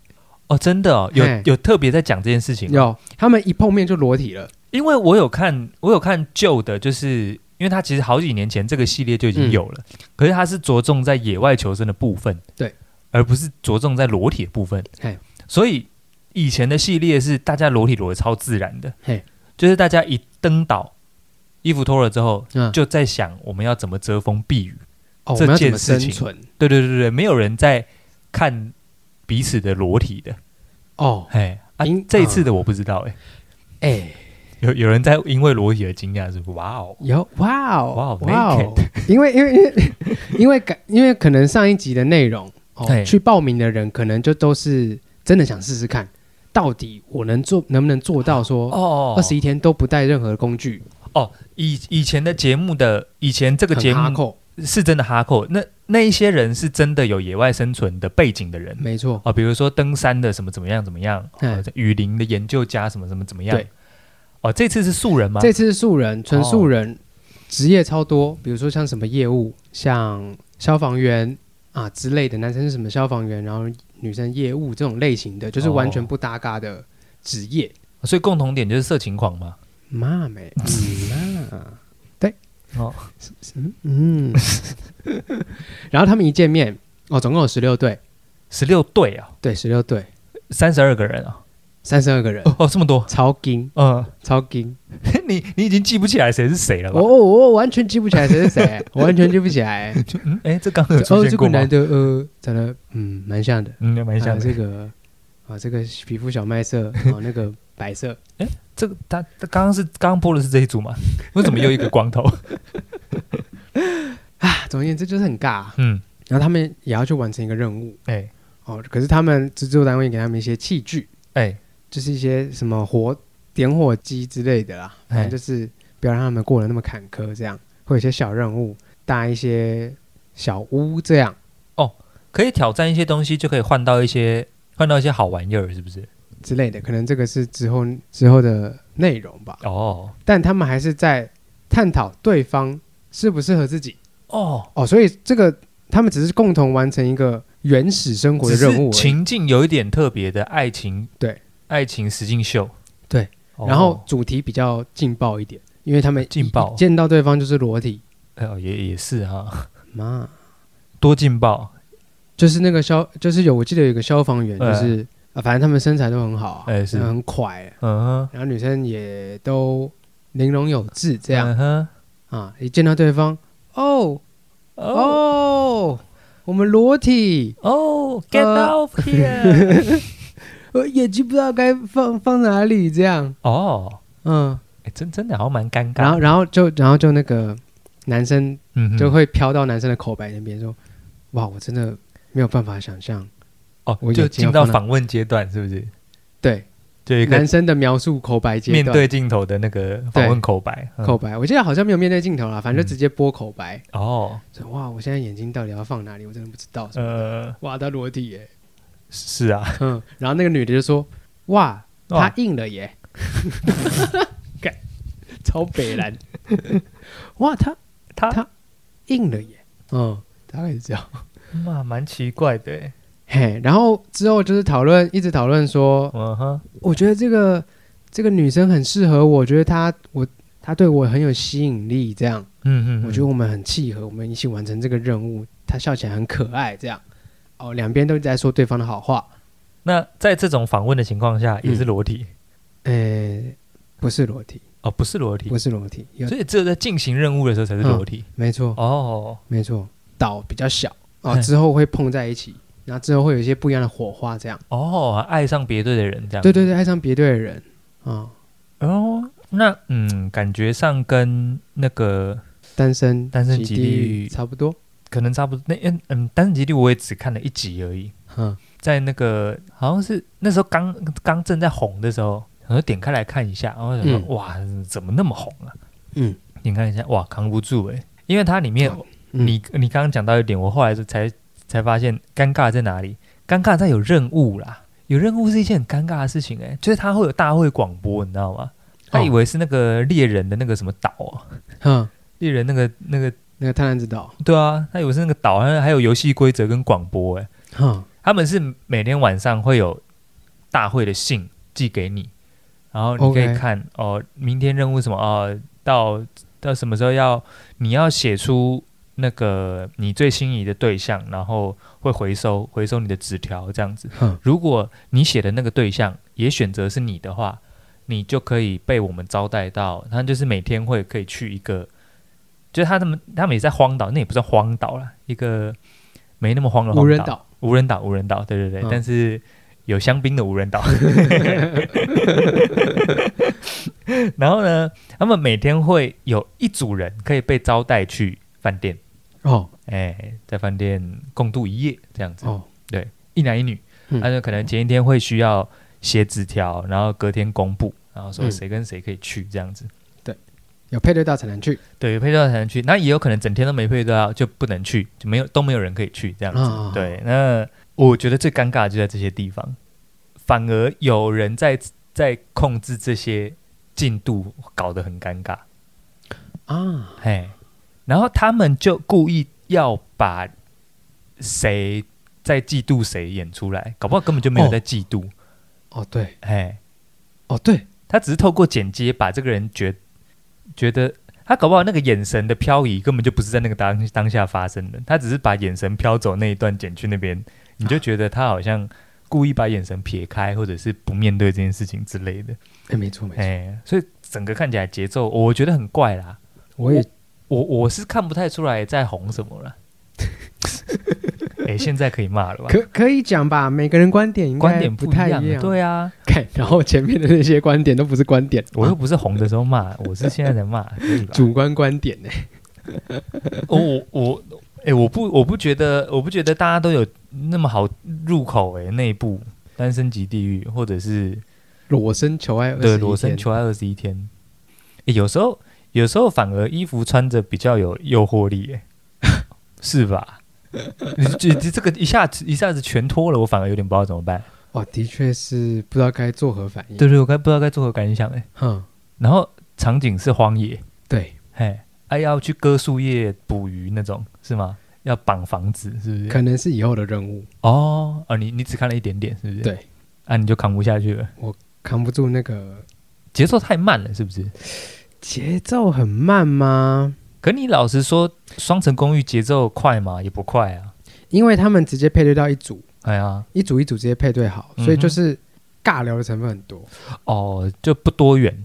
S1: 哦，真的哦，有
S2: 嘿
S1: 有特别在讲这件事情哦，
S2: 有他们一碰面就裸体了，
S1: 因为我有看，我有看旧的，就是。因为它其实好几年前这个系列就已经
S2: 嗯
S1: 有了，可是它是着重在野外求生的部分，
S2: 对，
S1: 而不是着重在裸体的部分
S2: 嘿。
S1: 所以以前的系列是大家裸体裸的超自然的，
S2: 嘿，
S1: 就是大家一登岛，衣服脱了之后，
S2: 嗯，
S1: 就在想我们要怎么遮风避雨。
S2: 哦，我
S1: 这
S2: 们要怎么
S1: 件事
S2: 生
S1: 情
S2: 存？
S1: 对对对对对，没有人在看彼此的裸体的。
S2: 哦，
S1: 哎，啊
S2: 因，嗯
S1: 这一次的我不知道哎、
S2: 哎、
S1: 有有人在因为裸体而惊讶是哇哦，
S2: 有哇哦
S1: 哇哦
S2: 哦，因为因为因为因为感因为可能上一集的内容哦，
S1: 嘿
S2: 去报名的人可能就都是真的想试试看，到底我能做能不能做到说
S1: 哦
S2: 二十一天都不带任何工具，
S1: 以以前的节目的以前这个
S2: 很
S1: 节
S2: 哈
S1: 目
S2: 扣，
S1: 是真的哈扣，那那一些人是真的有野外生存的背景的人
S2: 没错，
S1: 哦，比如说登山的什么怎么样怎么样，
S2: 嗯
S1: 哦雨林的研究家什么怎么怎么样
S2: 对。
S1: 哦，这次是素人吗？
S2: 这次是素人，纯素人，职业超多，比如说像什么业务，像消防员啊之类的，男生是什么消防员，然后女生业务这种类型的，
S1: 哦
S2: 就是完全不搭嘎的职业。
S1: 所以共同点就是色情狂嘛。
S2: 妈没，嗯妈，对，
S1: 哦，
S2: 嗯嗯， 然后他们一见面，哦，总共有十六对，
S1: 十六对啊，
S2: 对，十六对，
S1: 三十二个人啊，
S2: 三十二个人，
S1: 哦哦这么多，
S2: 超金
S1: 嗯，
S2: 超金，
S1: 你你已经记不起来谁是谁了吧
S2: 我？我我哦完全记不起来谁是谁， 我完全记不起来。
S1: 就嗯，哎，这刚刚有
S2: 就
S1: 出
S2: 哦，
S1: 现
S2: 这
S1: 过
S2: 个
S1: 吗
S2: 男？的呃，长得嗯蛮像的，
S1: 嗯，蛮像
S2: 啊
S1: 的
S2: 这。个啊，这个皮肤小 麦色，哦，那个白色，
S1: 这个他他刚刚是刚刚播的是这一组 嘛？为什么又一个光头？
S2: 啊总而言之就是很尬。
S1: 嗯，
S2: 然后他们也要去完成一个任务
S1: 哎
S2: 哦，可是他们制作单位给他们一些器具，
S1: 哎，
S2: 就是一些什么火点火机之类的啦，
S1: 哎
S2: 反正就是不要让他们过得那么坎坷，这样会有一些小任务，搭一些小屋这样。
S1: 可以挑战一些东西，就可以换到一些换到一些好玩意儿，是不是？
S2: 之类的，可能这个是之后之后的内容吧，
S1: 哦
S2: 但他们还是在探讨对方适不适合自己。
S1: 哦，
S2: 哦，所以这个他们只是共同完成一个原始生活的
S1: 只是
S2: 任务而已，
S1: 情境有一点特别的爱情，
S2: 对，
S1: 爱情实境秀，
S2: 对
S1: 哦。
S2: 然后主题比较劲爆一点，因为他们一
S1: 劲爆
S2: 一见到对方就是裸体，
S1: 哦也也是哈，
S2: 妈，
S1: 多劲爆，
S2: 就是那个消，就是有我记得有一个消防员，就
S1: 哎
S2: 是、啊，反正他们身材都很好、啊，
S1: 哎是
S2: 然后很快、啊
S1: 嗯哼，
S2: 然后女生也都玲珑有致，这样、
S1: 嗯哼，
S2: 啊，一见到对方，哦
S1: 哦
S2: 哦，我们裸体，
S1: 哦，Get
S2: 呃
S1: off here，
S2: 呃，眼睛不知道该放放哪里，这样，
S1: 哦，
S2: 嗯，
S1: 哎真真的好像蛮尴尬，
S2: 然后然后就然后就那个男生
S1: 嗯哼
S2: 就会飘到男生的口白那边，说：“哇，我真的没有办法想象。
S1: 哦
S2: 我，
S1: 就
S2: 眼睛要
S1: 进到
S2: 放到
S1: 访问阶段，是不是？”
S2: 对，
S1: 就一个
S2: 男生的描述口白阶
S1: 面
S2: 段，
S1: 对镜头的那个访问口白，嗯
S2: 口白，我记得好像没有面对镜头啦，反
S1: 嗯
S2: 正就直接播口白。
S1: 哦，
S2: 说：“哇，我现在眼睛到底要放哪里？我真的不知道。
S1: 呃，
S2: 哇，他裸体耶。
S1: 是啊，
S2: 嗯，然后那个女的就说：“哇，他
S1: 哇
S2: 硬了耶。 干”超北蓝。哇，他
S1: 他
S2: 他硬了耶。嗯，大概是这样。
S1: 妈蛮奇怪的欸，
S2: 嘿，然后之后就是讨论，一直讨论说，
S1: 嗯哼，
S2: 我觉得这个这个女生很适合我，我觉得她我她对我很有吸引力，这样，
S1: 嗯嗯，
S2: 我觉得我们很契合，我们一起完成这个任务。她笑起来很可爱，这样，哦，两边都一直在说对方的好话。
S1: 那在这种访问的情况下，
S2: 嗯
S1: 也是裸体
S2: 呃，不是裸体，
S1: 哦，不是裸体
S2: 不，是裸体，有
S1: 所以只有在进行任务的时候才是裸体
S2: 没错，
S1: 哦，
S2: 没错，岛比较小哦，
S1: 嘿
S2: 之后会碰在一起，然后之后会有一些不一样的火花，这样。
S1: 哦，爱上别队的人这样，
S2: 对对对，爱上别队的人啊、哦
S1: 对，哦，那嗯，感觉上跟那个
S2: 单身
S1: 单身
S2: 即
S1: 即
S2: 地
S1: 地
S2: 狱
S1: 狱
S2: 差不多。
S1: 可能差不多，那嗯嗯，单身极地我也只看了一集而已，
S2: 嗯，
S1: 在那个好像是那时候刚刚正在红的时候，然后点开来看一下，然后想说、
S2: 嗯
S1: 哇，怎么那么红啊？
S2: 嗯，
S1: 点开一下，哇，扛不住哎、因为它里面、
S2: 嗯
S1: 你你刚刚讲到一点，我后来就才才发现尴尬在哪里，尴尬在有任务啦，有任务是一件很尴尬的事情哎、就是它会有大会广播，你知道吗？他
S2: 哦
S1: 以为是那个猎人的那个什么岛、哦，
S2: 嗯，
S1: 猎人那个那个
S2: 那个贪婪之岛，
S1: 对啊，他以为是那个岛，还有还有游戏规则跟广播哎、
S2: 嗯。
S1: 他们是每天晚上会有大会的信寄给你，然后你可以
S2: OK
S1: 看哦，明天任务什么哦，到到什么时候要你要写出那个你最心仪的对象，然后会回收回收你的纸条这样子。
S2: 哼
S1: 如果你写的那个对象也选择是你的话，你就可以被我们招待到。他就是每天会可以去一个，就是他们他们也在荒岛，那也不算荒岛啦，一个没那么荒的荒
S2: 无人岛，
S1: 无人岛，无人岛，对对对，
S2: 嗯
S1: 但是有香槟的无人岛。 然后呢，他们每天会有一组人可以被招待去饭店，
S2: 哦
S1: 哎，在饭店共度一夜这样子，
S2: 哦，
S1: 一男一女，
S2: 嗯
S1: 他就可能前一天会需要写纸条，然后隔天公布，然后说
S2: 嗯
S1: 谁跟谁可以去这样子。
S2: 有配对到才能去
S1: 对，有配对到才能去，那也有可能整天都没配对到就不能去，就没有都没有人可以去这样子。
S2: 啊
S1: 对，那我觉得最尴尬的就在这些地方，反而有人在在控制这些进度，搞得很尴尬。
S2: 啊，
S1: 嘿，然后他们就故意要把谁在嫉妒谁演出来，搞不好根本就没有在嫉妒。
S2: 哦对，
S1: 嘿，
S2: 哦对，
S1: 他只是透过剪接把这个人觉觉得。他搞不好那个眼神的漂移根本就不是在那个当当下发生的，他只是把眼神飘走那一段剪去那边，你就觉得他好像故意把眼神撇开，或者是不面对这件事情之类的。
S2: 哎没错没错，
S1: 哎，所以整个看起来节奏我觉得很怪啦。
S2: 我也
S1: 我我是看不太出来在红什么 了。哎、现在可以骂了吧？
S2: 可可以讲吧，每个人观点应该
S1: 观点
S2: 不
S1: 不
S2: 太
S1: 一样啊，对啊，
S2: 看，然后前面的那些观点都不是观点，啊
S1: 我又不是红的时候骂，我是现在才骂，可以吧？
S2: 主观观点呢、
S1: 我我我，哎、我不我不觉得，我不觉得大家都有那么好入口哎、内部单身级地狱，或者是
S2: 裸身求爱21
S1: 对裸身
S2: 天
S1: 求爱二十一天、哎有时候有时候反而衣服穿着比较有诱惑力哎、是吧？ 你这这这个一下子一下子全脱了，我反而有点不知道怎么办。
S2: 哇，的确是不知道该作何反应。
S1: 对，对，我该不知道该作何感想哎、
S2: 嗯，
S1: 然后场景是荒野，
S2: 对，
S1: 嘿，哎、要去割树叶捕鱼那种是吗？要绑房子是不是？
S2: 可能是以后的任务
S1: 哦哦，你你只看了一点点是不是？
S2: 对，
S1: 啊，你就扛不下去了，
S2: 扛不住那个
S1: 节奏太慢了是不是？
S2: 节奏很慢吗？
S1: 可你老实说，《双层公寓》节奏快吗？也不快啊。
S2: 因为他们直接配对到一组，
S1: 哎呀，
S2: 一组一组直接配对好，
S1: 嗯哼
S2: 所以就是尬聊的成分很多。
S1: 哦，就不多远，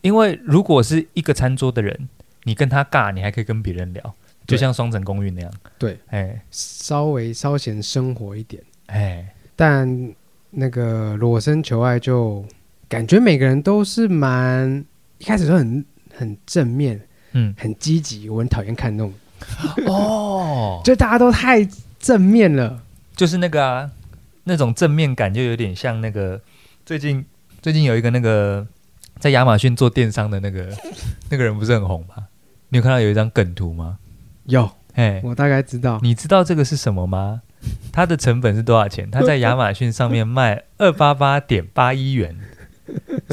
S1: 因为如果是一个餐桌的人，你跟他尬，你还可以跟别人聊，就
S2: 对
S1: 像《双层公寓》那样。
S2: 对，
S1: 哎
S2: 稍微稍显生活一点，
S1: 哎，
S2: 但那个裸身求爱就感觉每个人都是蛮一开始都很很正面，，
S1: 嗯
S2: 很积极，我很讨厌看那种，
S1: 哦，
S2: 就大家都太正面了。
S1: 就是那个啊，那种正面感就有点像那个最近最近有一个那个在亚马逊做电商的那个那个人不是很红吗？你有看到有一张梗图吗？
S2: 有，
S1: 哎，
S2: 我大概知道。
S1: 你知道这个是什么吗？它的成本是多少钱？它在亚马逊上面卖二八八点八一元。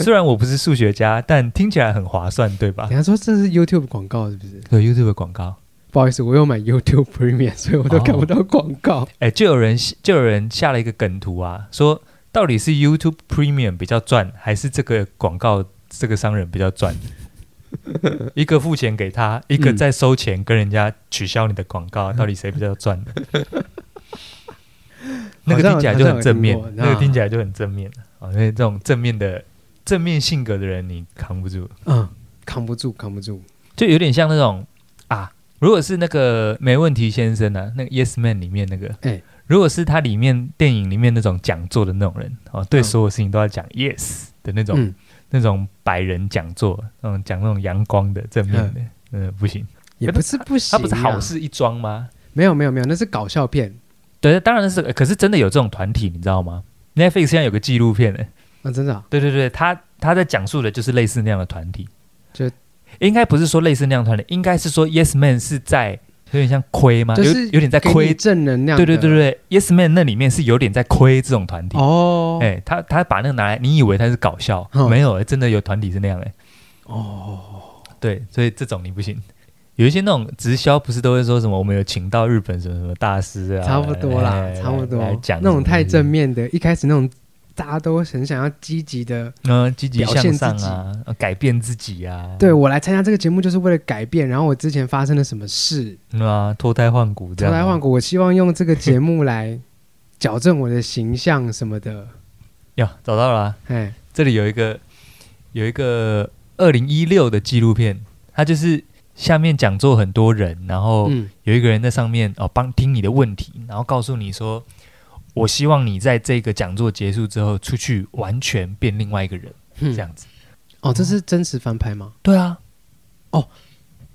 S1: 虽然我不是数学家，但听起来很划算，对吧
S2: 人？家说这是 YouTube 广告是不是？
S1: 对 YouTube 的广告，
S2: 不好意思，我有买 YouTube Premium，所以我都看不到广告。
S1: 哎，就有人就有人下了一个梗图啊，说到底是 YouTube Premium 比较赚，还是这个广告这个商人比较赚？一个付钱给他，一个
S2: 嗯
S1: 在收钱跟人家取消你的广告，到底谁比较赚？那个听起来就很正面
S2: 好像，有听过
S1: 那个听起来就很正面啊！因为这种正面的正面性格的人，你扛不住，
S2: 嗯，扛不住，扛不住。
S1: 就有点像那种啊，如果是那个没问题先生啊，那个 Yes Man 里面那个，
S2: 哎
S1: 如果是他里面电影里面那种讲座的那种人哦，对
S2: 嗯
S1: 所有事情都要讲 yes 的那种、
S2: 嗯，
S1: 那种百人讲座，那种讲那种阳光的正面的，嗯、不行，
S2: 也不是不
S1: 他
S2: 行、啊，
S1: 不是好，事一桩吗？
S2: 没有没有没有，那是搞笑片
S1: 对，当然是，可是真的有这种团体，你知道吗？Netflix 现在有个纪录片呢、
S2: 啊，真的、啊。
S1: 对对对，他他在讲述的就是类似那样的团体，
S2: 就
S1: 应该不是说类似那样的团体，应该是说 Yes Man 是在有点像亏吗？
S2: 就是
S1: 有有点在
S2: 给你
S1: 亏，
S2: 正能量。
S1: 对对对。对，Yes Man 那里面是有点在亏这种团体
S2: 哦，
S1: 哎、他他把那个拿来，你以为他是搞笑，
S2: 嗯
S1: 没有，真的有团体是那样哎、哦，对，所以这种你不行。有一些那种直销不是都会说什么我们有请到日本什么什么大师啊，
S2: 差不多啦，
S1: 来
S2: 差不多
S1: 来来。讲
S2: 那种太正
S1: 面，
S2: 面的，一开始那种大家都很想要积极的，
S1: 嗯、积极
S2: 表
S1: 向
S2: 现
S1: 上
S2: 自己
S1: 啊，呃改变自己啊，
S2: 对我来参加这个节目就是为了改变，然后我之前发生了什么事，
S1: 嗯啊，脱胎换骨这样，
S2: 脱胎换骨，我希望用这个节目来矫正我的形象什么的。
S1: 哟，找到了啊、
S2: 哎，
S1: 这里有一个有一个二零一六的纪录片，它就是下面讲座很多人，然后
S2: 嗯，
S1: 有一个人在上面哦，帮听你的问题，然后告诉你说，我希望你在这个讲座结束之后出去完全变
S2: 嗯
S1: 另外一个人，
S2: 这
S1: 这样子。
S2: 哦，这是真实翻拍吗？
S1: 对啊，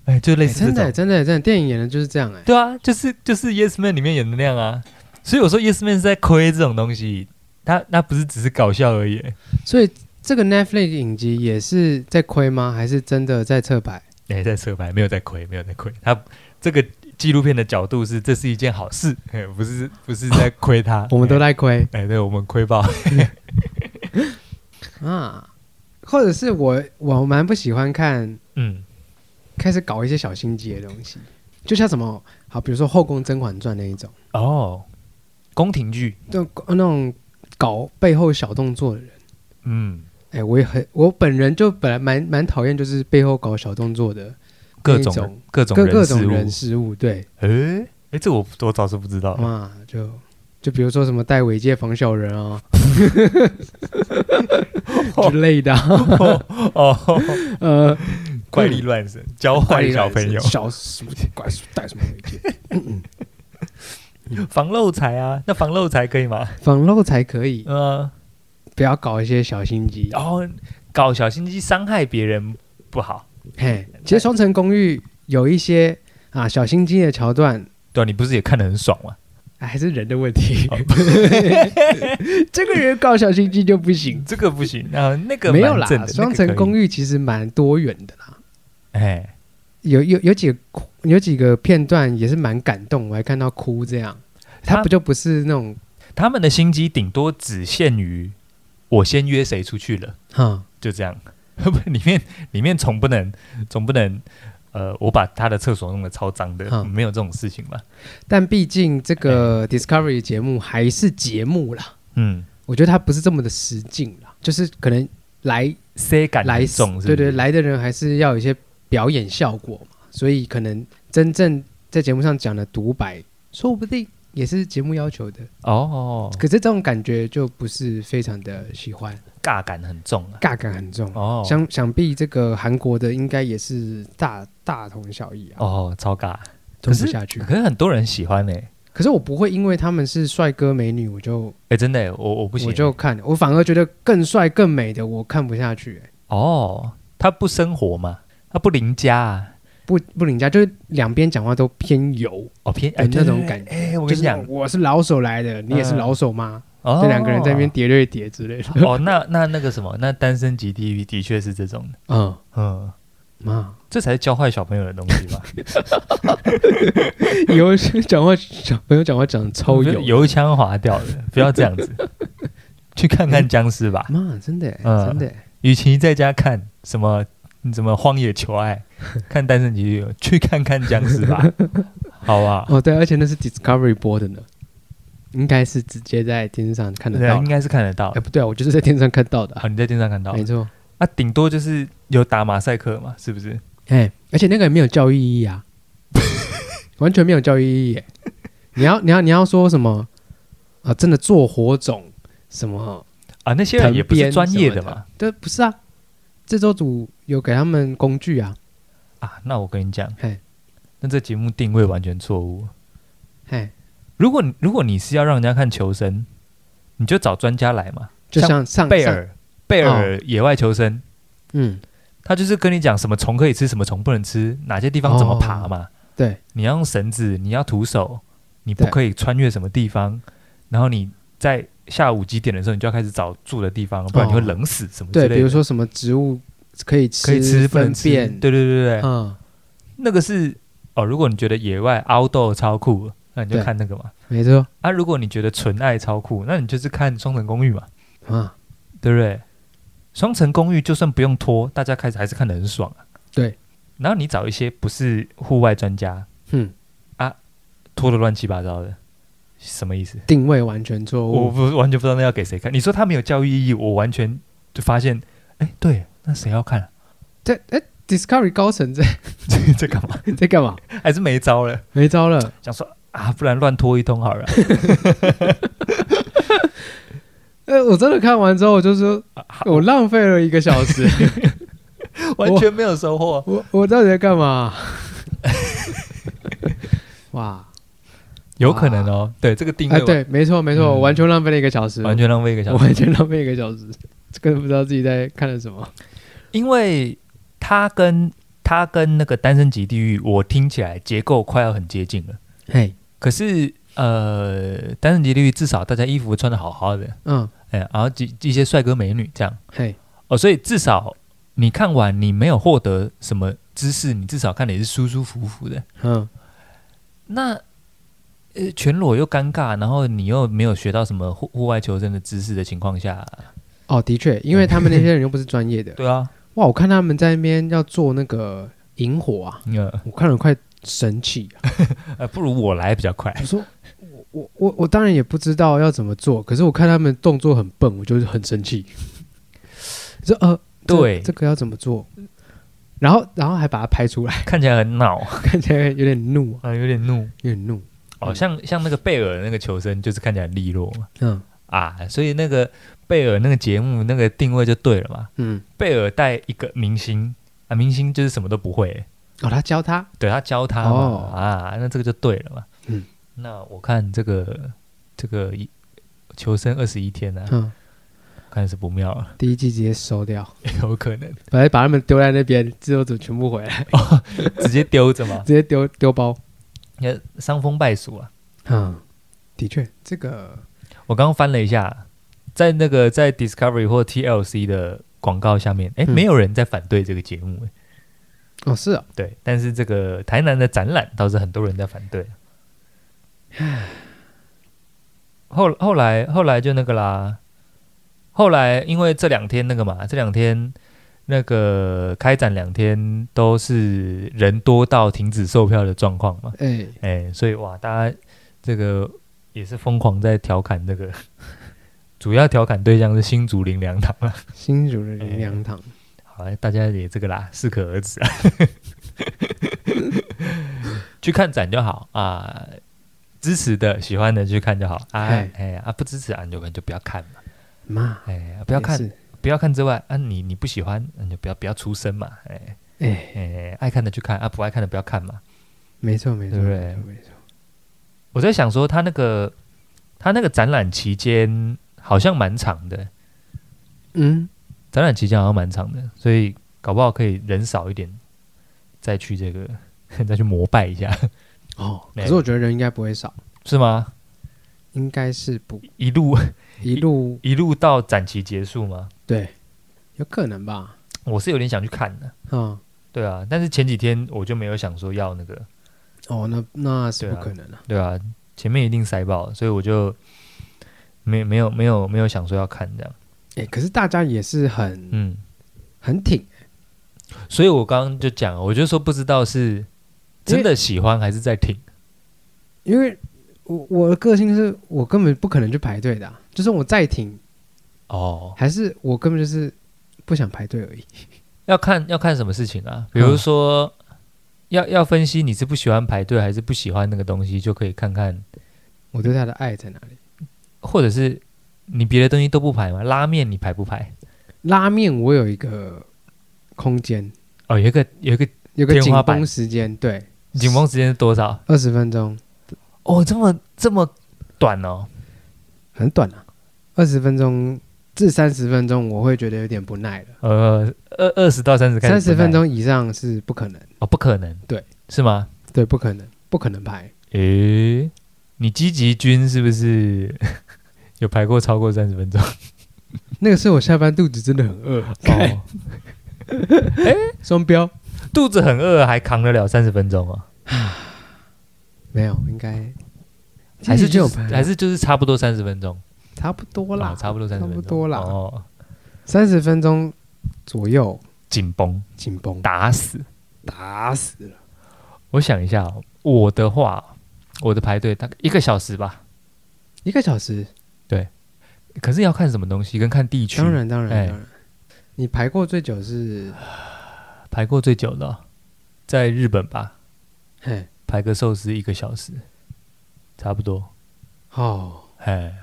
S1: 哎，就类似这
S2: 真的
S1: 种
S2: 欸真的欸真的，电影演的就是这样哎。
S1: 对啊，就是就是《Yes Man》里面演的那样啊。所以我说《Yes Man》是在亏这种东西，他那不是只是搞笑而已。
S2: 所以这个 Netflix 影集也是在亏吗？还是真的在侧拍？
S1: 哎、在车牌没有在亏，没有在亏。他这个纪录片的角度是，这是一件好事，哎不是不是在亏他。
S2: 哦我们都在亏
S1: 哎、对，我们亏 爆。
S2: 啊，或者是我我蛮不喜欢看
S1: 嗯，
S2: 开始搞一些小心机的东西，就像什么好，比如说《后宫甄嬛传》那一种，
S1: 哦，宫廷剧，
S2: 就那种搞背后小动作的人。
S1: 嗯，
S2: 哎、我也很，我本人就本来蛮蛮讨厌，就是背后搞小动作的
S1: 各
S2: 那一
S1: 种
S2: 种
S1: 各种
S2: 各
S1: 人
S2: 各
S1: 事
S2: 种
S1: 物
S2: 人事物，对，
S1: 哎、哎，这我我倒是不知道。
S2: 哇，就就比如说什么戴尾戒防小人啊之类的啊、
S1: 哦哦，
S2: 呃，
S1: 怪力乱神，教
S2: 怪
S1: 坏
S2: 力
S1: 小
S2: 乱神
S1: 朋友，
S2: 小什么怪戴什么尾戒，
S1: 防漏财啊，那防漏财可以 吗？
S2: 防漏才可以，
S1: 呃，
S2: 不要搞一些小心机。
S1: 然后哦搞小心机伤害别人不好。
S2: 嘿，其实《双城公寓》有一些啊小心机的桥段，
S1: 对啊，你不是也看得很爽吗？
S2: 哎还是人的问题。 这个人搞小心机就不行。
S1: 这个不行啊，那个
S2: 没有啦，
S1: 《
S2: 《双城公
S1: 寓
S2: 寓》其实蛮多元的啦，》
S1: 哎，
S2: 有有有几个哭有几个片段也是蛮感动，我还看到哭这样。
S1: 他
S2: 他不就不是那种
S1: 他们的心机顶多只限于我先约谁出去了，
S2: 哈
S1: 就这样。 里面里面总不能总不能呃，我把他的厕所弄得超脏的，
S2: 嗯
S1: 没有这种事情吧？
S2: 但毕竟这
S1: 哎
S2: 个 Discovery 节目还是节目啦，
S1: 嗯，
S2: 我觉得它不是这么的实劲啦，就是可能来
S1: 塞感
S2: 来
S1: 很重是不
S2: 对
S1: 是
S2: 对，来的人还是要有一些表演效果嘛，所以可能真正在节目上讲的独白，说不定也是节目要求的，
S1: 哦，
S2: 可是这种感觉就不是非常的喜欢，
S1: 尬感很重啊。
S2: 尬感很重。
S1: 哦，
S2: 想想必这个韩国的应该也是大大同小异啊，
S1: 哦，超尬，
S2: 吞、
S1: 可
S2: 不
S1: 是
S2: 下去。
S1: 可是很多人喜欢呢、欸
S2: 可是我不会因为他们是帅哥美女，我就
S1: 哎、真的欸、我我不行欸、
S2: 我就看，我反而觉得更帅更美的我看不下去、欸
S1: 哦，他不生活嘛，他不邻家啊，
S2: 不不领家，就是两边讲话都偏油，
S1: 哦偏
S2: 有那种感
S1: 觉。哎、我跟你
S2: 就是
S1: 讲，嗯
S2: 我是老手来的，你也是老手吗？
S1: 哦，
S2: 这两个人在那边。叠对叠之类的。
S1: 哦，那那那个什么，那单身级地狱的确是这种的，
S2: 嗯，
S1: 嗯，
S2: 妈，
S1: 这才是教坏小朋友的东西吧？
S2: 以后是讲话小朋友讲话讲得 超油，
S1: 油腔滑调的，不要这样 子，去看看僵尸吧。
S2: 妈真的、欸
S1: 嗯
S2: 真的、欸
S1: 与其在家看什么什么荒野求 爱，看单身级地狱，去看看僵尸吧，好啊吧？
S2: 哦对，而且那是 Discovery 播的呢，应该是直接在电视上看得
S1: 对啊，
S2: 到
S1: 应。该是看得到
S2: 哎、。不对啊，我就是在电视上看到的啊、
S1: 好，你在电视上看到
S2: 没错。
S1: 啊，顶多就是有打马赛克嘛，是不是？
S2: 哎、而且那个也没有教育意义 啊，完全没有教育意义欸。你要你要你要说什么啊？真的做火种什么
S1: 啊，那些
S2: 藤
S1: 人也不
S2: 编
S1: 是专业
S2: 什么的
S1: 嘛？
S2: 对，不是啊。制作组有给他们工具啊，
S1: 啊，那我跟你讲
S2: 嘿，
S1: 那这节目定位完全错误。
S2: 哎，
S1: 如果你如果你是要让人家看求生，你就找专家来嘛，
S2: 就
S1: 像
S2: 嗯像哦上
S1: 贝
S2: 上
S1: 尔贝尔野外求生，
S2: 嗯，
S1: 他就是跟你讲什么虫可以吃，什么虫不能吃，哪些地方怎么爬嘛。
S2: 哦对，
S1: 你要用绳子，你要徒手，你不
S2: 对
S1: 可以穿越什么地方，然后你在下午几点的时候，你就要开始找住的地方，不然你会
S2: 哦
S1: 冷死什么之类
S2: 对，
S1: 的。
S2: 比如说什么植物可以吃，
S1: 可以吃不
S2: 粪
S1: 能吃，
S2: 便，
S1: 对对对对，
S2: 嗯，
S1: 那个是哦。如果你觉得野外 outdoor 超酷，那你就
S2: 对
S1: 看那个嘛。
S2: 没错
S1: 啊，如果你觉得纯爱超酷，那你就是看《双层公寓》嘛，
S2: 啊，
S1: 对不对？《双层公寓》就算不用拖，大家开始还是看得很爽啊。
S2: 对。
S1: 然后你找一些不是户外专家
S2: 嗯，
S1: 拖的乱七八糟的，什么意思？
S2: 定位完全错
S1: 我
S2: 误，
S1: 不完全不知道那要给谁看。你说他没有教育意义，我完全就发现，哎，对，那谁要看、啊？
S2: 对，哎，Discovery 高层在
S1: 这这干嘛？
S2: 在干嘛？
S1: 还是没招了？
S2: 没招了。
S1: 想说啊，不然乱拖一通 好了。
S2: 呃，我真的看完之后，我就说，
S1: 啊
S2: 我浪费了一个小 时，
S1: 完全没有收获。
S2: 我我到底在 干嘛？哇，
S1: 有可能哦，对这个定
S2: 哎，
S1: 位
S2: 对，没错没错，
S1: 嗯
S2: 我完全浪费了一个小时，
S1: 完完全浪费一个
S2: 我
S1: 小时，
S2: 完全浪费一个小时，根本不知道自己在看了什么。
S1: 因为它跟它跟那个《单身级地狱》，我听起来结构快要很接近了。
S2: 嘿，
S1: 可是呃，《单身级地狱》至少大家衣服穿的好好的，
S2: 嗯，
S1: 哎，然后几一些帅哥美女这样
S2: 嘿，
S1: 哦，所以至少你看完你没有获得什么知识，你至少看的也是舒舒服服的。
S2: 嗯，
S1: 那呃，全裸又尴尬，然后你又没有学到什么户户外求生的知识的情况下，
S2: 哦，的确，因为他们那些人又不是专业的，
S1: 对啊，
S2: 哇，我看他们在那边要做那个萤火啊，
S1: 呃
S2: 我看了快神气、啊，
S1: 呃，不如我来比较快。
S2: 我说。我我我我当然也不知道要怎么做，可是我看他们动作很笨，我就是很生气。这呃，这
S1: 对
S2: 这个要怎么做？然后然后还把它拍出来，
S1: 看起来很 恼啊、
S2: 看起来有点怒，啊
S1: 有点怒。
S2: 有点怒。
S1: 哦，
S2: 嗯
S1: 像像那个贝尔那个求生，就是看起来很利落嘛
S2: 嗯
S1: 啊，所以那个贝尔那个节目那个定位就对了嘛。
S2: 嗯，
S1: 贝尔带一个明星啊，明星就是什么都不会、
S2: 哦，他教他，
S1: 对他教他嘛、
S2: 哦
S1: 啊，那这个就对了嘛。
S2: 嗯，
S1: 那我看这个这个一求生二十一天呢、啊，
S2: 嗯，
S1: 看是不妙了，
S2: 第一季直接收掉，
S1: 有可能
S2: 本来把他们丢在那边，制作组全部回来，
S1: 直接丢着嘛，
S2: 直接丢丢包。
S1: 也伤风败俗啊。
S2: 嗯，的确，这个
S1: 我刚刚翻了一下，在那个在 Discovery 或 TLC 的广告下面，哎，
S2: 嗯
S1: 没有人在反对这个节目、诶
S2: 哦是啊，
S1: 对，但是这个台南的展览倒是很多人在反对。 后后来后来就那个啦，后来因为这两天那个嘛，这两天那个开展两天都是人多到停止售票的状况嘛，
S2: 哎，
S1: 哎，所以哇，大家这个也是疯狂在调侃这个， 主要调侃对象是新竹林良堂啊。
S2: 新竹的林良堂，
S1: 好，哎大家也这个啦，适可而止啊。 去看展就好啊，支持的、喜欢的去看就好啊。
S2: 嗨
S1: 哎啊，不支持啊，你就可能就不要看嘛。
S2: 妈，
S1: 哎，不要
S2: 也
S1: 看，
S2: 是，
S1: 不要看之外啊，你你不喜欢，那你就不要不要出声嘛。哎
S2: 哎，
S1: 哎，爱看的去看啊，不爱看的不要看嘛。
S2: 没错没错，
S1: 对不
S2: 没
S1: 对
S2: 错没错，
S1: 我在想说，他那个他那个展览期间好像蛮长的，
S2: 嗯，
S1: 展览期间好像蛮长的，所以搞不好可以人少一点，再去这个 再去膜拜一下，
S2: 哦，
S1: 哎
S2: 可是我觉得人应该不会少，
S1: 是吗？
S2: 应该是不
S1: 一路
S2: 一路
S1: 一路到展期结束吗？
S2: 对，有可能吧，
S1: 我是有点想去看的，
S2: 嗯，
S1: 对啊，但是前几天我就没有想说要那个，
S2: 哦，那那是
S1: 对
S2: 不
S1: 啊
S2: 可能的，
S1: 对啊，前面一定塞爆，所以我就没没有没有没有想说要看这样，
S2: 哎，可是大家也是很
S1: 嗯，
S2: 很挺，
S1: 所以我刚刚就讲，我就说不知道是真的喜欢还是在挺，
S2: 因为我我的个性是我根本不可能去排队的啊，就是我再挺，
S1: 哦，
S2: 还是我根本就是不想排队而已，
S1: 要看要看什么事情啊，比如说。要要分析你是不喜欢排队还是不喜欢那个东西，就可以看看，
S2: 我对他的爱在哪里？
S1: 或者是你别的东西都不排吗？拉面你排不排？
S2: 拉面我有一个空间，
S1: 哦，有一个有一个
S2: 有个
S1: 天
S2: 紧
S1: 花板
S2: 绷时间，对，
S1: 紧绷时间是多少？
S2: 二十分钟
S1: 哦，这么这么短哦，
S2: 很短啊，二十分钟至三十分钟我会觉得有点不耐了，
S1: 呃，二二十到三十，
S2: 三十分钟以上是不可能，
S1: 哦，不可能，
S2: 对，
S1: 是吗？
S2: 对，不可能，不可能排，
S1: 诶，你积极军是不是 有排过超过三十分 钟？
S2: 那个是我下班肚子真的很饿，
S1: 哦，
S2: 双标
S1: 肚子很饿还扛得了三十分钟哦，
S2: 没有，应该
S1: 还是就
S2: 有
S1: 是
S2: 排啊，
S1: 还是就是差不多三十分钟，
S2: 差不多啦
S1: 哦，差不多三十
S2: 差
S1: 分
S2: 不
S1: 钟，
S2: 多啦，
S1: 哦，
S2: 三十分钟左右
S1: 紧绷
S2: 紧绷，
S1: 打死。
S2: 打死了，
S1: 我想一下哦、我的话，我的排队大概一个小时吧，
S2: 一个小时，
S1: 可是要看什么东西，跟看地区。
S2: 当然当
S1: 哎
S2: 然当然，你排过最久是，
S1: 排过最久的哦、在日本吧，
S2: 嘿，
S1: 排个寿司一个小时，差不多。
S2: 哦。
S1: 哎，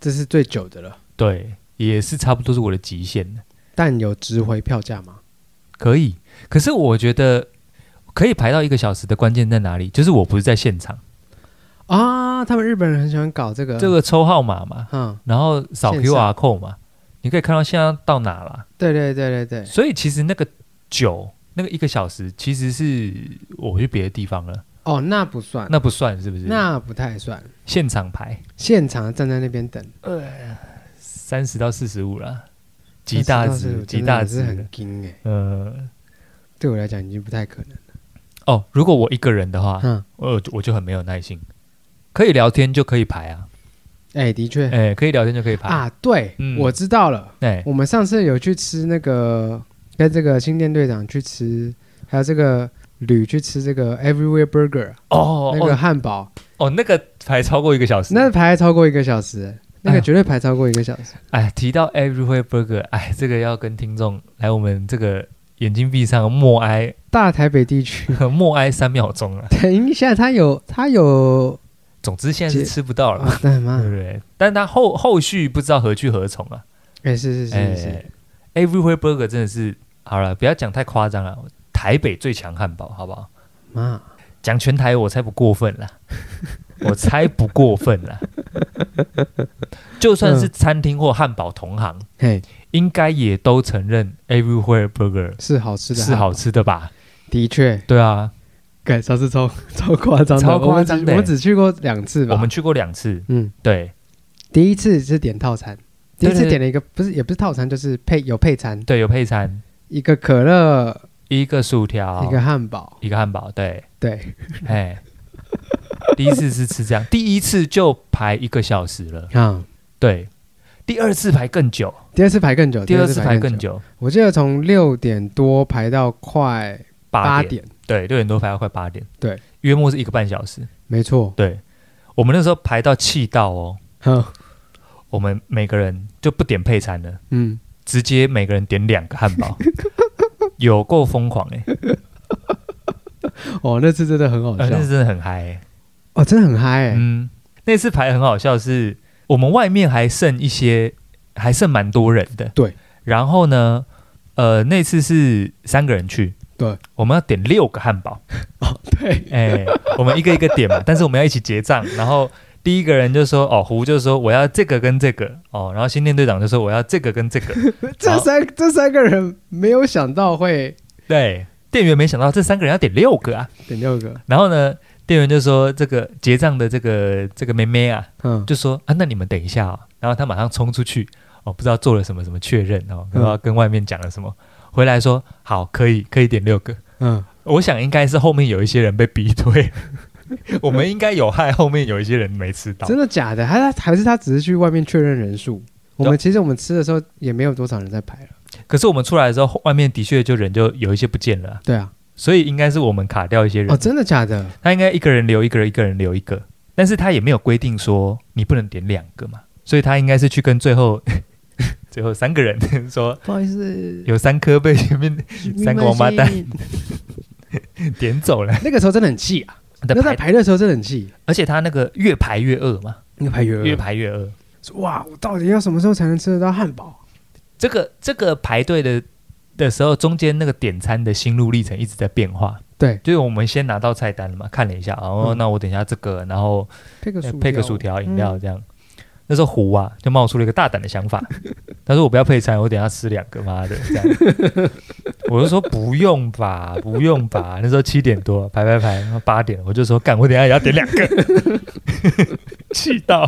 S2: 这是最久的了。
S1: 对，也是差不多是我的极限了。
S2: 但有值回票价吗？
S1: 可以，可是我觉得可以排到一个小时的关键在哪里？就是我不是在现场，
S2: 啊，他们日本人很喜欢搞这个，
S1: 这，个抽号码嘛，
S2: 嗯，
S1: 然后扫
S2: 线上
S1: QR code 嘛，你可以看到现在到哪了。
S2: 对对对对对，
S1: 所以其实那个久那个一个小时其实是我去别的地方了，
S2: 哦，那不算，
S1: 那不算是不是？
S2: 那不太算，
S1: 现场排
S2: 现场站在那边等，
S1: 三十到四十五啦，极大值，极大
S2: 是
S1: 值
S2: 很。惊哎、
S1: 嗯，
S2: 对我来讲已经不太可能。
S1: 哦，如果我一个人的话，
S2: 嗯，
S1: 我就我就很没有耐心。可以聊天就可以排啊，
S2: 哎、的确、
S1: 哎、可以聊天就可以排。
S2: 啊，对、
S1: 嗯
S2: 我知道了。
S1: 哎、
S2: 我们上次有去吃那个，跟这个新店队长去吃，还有这个吕去吃这个 Everywhere Burger、
S1: 哦
S2: 那个汉堡，
S1: 哦哦，那个排超过一个小时。
S2: 那排超过一个小时，那
S1: 哎
S2: 个
S1: 呦
S2: 绝对排超过一个小时。
S1: 哎，提到 Everywhere Burger，哎，这个要跟听众来我们这个眼睛闭上，默哀
S2: 大台北地区，
S1: 默哀三秒钟啊。
S2: 等一下，它有它有，
S1: 总之现在是
S2: 姐
S1: 吃不到了，
S2: 啊，对
S1: 对不
S2: 吗？
S1: 对？但它后后续不知道何去何从啊。
S2: 哎，是是是是，
S1: 哎，Everywhere Burger 真的是好了，不要讲太夸张了，台北最强汉堡，好不好？
S2: 妈，
S1: 讲全台我才不过分啦，我才不过分啦。就算是餐厅或汉堡同行，
S2: 嘿，
S1: 应该也都承认 Everywhere Burger
S2: 是好吃的，
S1: 是好，吃的吧？
S2: 的确，
S1: 对啊，
S2: 感上次超 超夸张的，
S1: 超夸张
S2: 我们只
S1: 的
S2: 我们只去过两次吧，
S1: 我们去过两次，
S2: 嗯，
S1: 对
S2: 第一次是点套餐，第一
S1: 对对
S2: 次
S1: 对
S2: 点了一个不是也不是套餐，就是配有配餐，
S1: 对，有配餐，
S2: 一个可乐，
S1: 一个薯条，
S2: 一个汉堡，
S1: 一个汉堡，对，
S2: 对，
S1: 哎， 第一次是吃这样，第一次就排一个小时了，
S2: 啊、
S1: 对，第二次排更久，
S2: 第二哦次排更久，
S1: 第二次排
S2: 更
S1: 更，久，
S2: 我记得从六点多排到快
S1: 八
S2: 八
S1: 点，
S2: 点，
S1: 对，六点多排到快八点，
S2: 对，
S1: 约莫是一个半小时，
S2: 没 错，
S1: 对，我们那时候排到气到哦，
S2: 哈，
S1: 我们每个人就不点配餐了，
S2: 嗯，
S1: 直接每个人点两个汉 堡，有够疯狂哎、
S2: 哦，那次真的很好
S1: 呃
S2: 笑
S1: 那，真的很嗨、欸。
S2: 哦，真的很嗨、欸，
S1: 嗯，那次排很好笑是，我们外面还剩一些，还剩蛮多人的。
S2: 对。
S1: 然后呢，呃，那次是三个人去。
S2: 对。
S1: 我们要点六个汉堡，
S2: 哦， 对，
S1: 哎、我们一个一个点嘛，但是我们要一起结账。然后第一个人就说：“哦，胡就说我要这个跟这个哦。”然后新店队长就说：“我要这个跟这个。
S2: 这三这三个人没有想到会”
S1: 对，店员没想到这三个人要点六个啊。
S2: 点六个，
S1: 然后呢，店员就说：“这个结账的这个这个妹妹啊，
S2: 嗯，
S1: 就说啊，那你们等一下、哦，然后他马上冲出去，哦，不知道做了什么什么确认哦，不知道跟外面讲了什么， 回来说好，可以，可以点六个。
S2: 嗯，
S1: 我想应该是后面有一些人被逼 退，我们应该有害后面有一些人没吃到
S2: 真。的假的？还是他还是他只是去外面确认人数？我们其实我们吃的时候也没有多少人在排了，
S1: 可是我们出来的时候，外面的确就人就有一些不见了啊，
S2: 对啊，
S1: 所以应该是我们卡掉一些人。
S2: 哦，真的假的？
S1: 他应该一个人留一个人，一个人留一个，但是他也没有规定说你不能点两个嘛，所以他应该是去跟最后 最后三个人 说
S2: 不好意思，
S1: 有三颗被前面三个王八蛋。点走了。
S2: 那个时候真的很 气啊！
S1: 那
S2: 那在
S1: 排，
S2: 排的时候真的很气，
S1: 而且他那个越排越饿嘛，
S2: 越排越
S1: 越排越饿。
S2: 说哇，我到底要什么时候才能吃得到汉堡？
S1: 这个这个排队的的时候，中间那个点餐的心路历程一直在变化。
S2: 对
S1: 就是我们先拿到菜单了嘛，看了一下，哦，
S2: 嗯
S1: 那我等一下这个，然后
S2: 配个薯
S1: 呃哎
S2: 嗯
S1: 配个薯条、饮料这样。那时候胡啊，就冒出了一个大胆的想 法，他说：“我不要配餐，我等一下吃两个，妈的！”这样，我就说：“不用吧，不用吧。”那时候七点多，排排排，然后八点，我就说：“干，我等一下也要点两个。” 气到。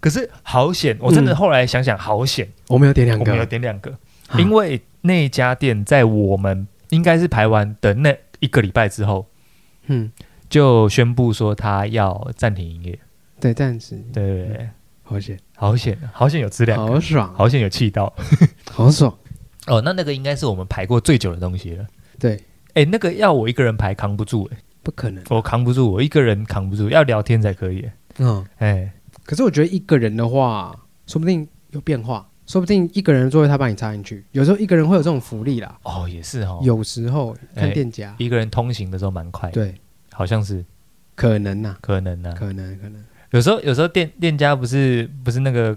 S1: 可是好险，我真的
S2: 嗯
S1: 后来想想，好险，
S2: 我们有点两
S1: 我
S2: 个啊
S1: 们有，点两个，因为那家店在我们应该是排完的那一个礼拜之后，
S2: 嗯，
S1: 就宣布说他要暂停营业，嗯
S2: 对，暂时
S1: 对对对，
S2: 好险，
S1: 好险，好险有质量，
S2: 好爽，
S1: 好险有气到。
S2: 好爽，
S1: 哦，那那个应该是我们排过最久的东西了。
S2: 对，
S1: 哎，那个要我一个人排扛不住，哎，
S2: 不可能，
S1: 我扛不住，我一个人扛不住，要聊天才可以。
S2: 嗯。
S1: 哎，
S2: 可是我觉得一个人的话，说不定有变化，说不定一个人的座位他把你插进去，有时候一个人会有这种福利啦。
S1: 哦，也是哦，
S2: 有时候
S1: 哎
S2: 看店家，
S1: 一个人通行的时候蛮快，，
S2: 对，
S1: 好像是
S2: 可能呐、
S1: 可能呢、
S2: 可能可能，
S1: 有时候有时候店店家不是不是那个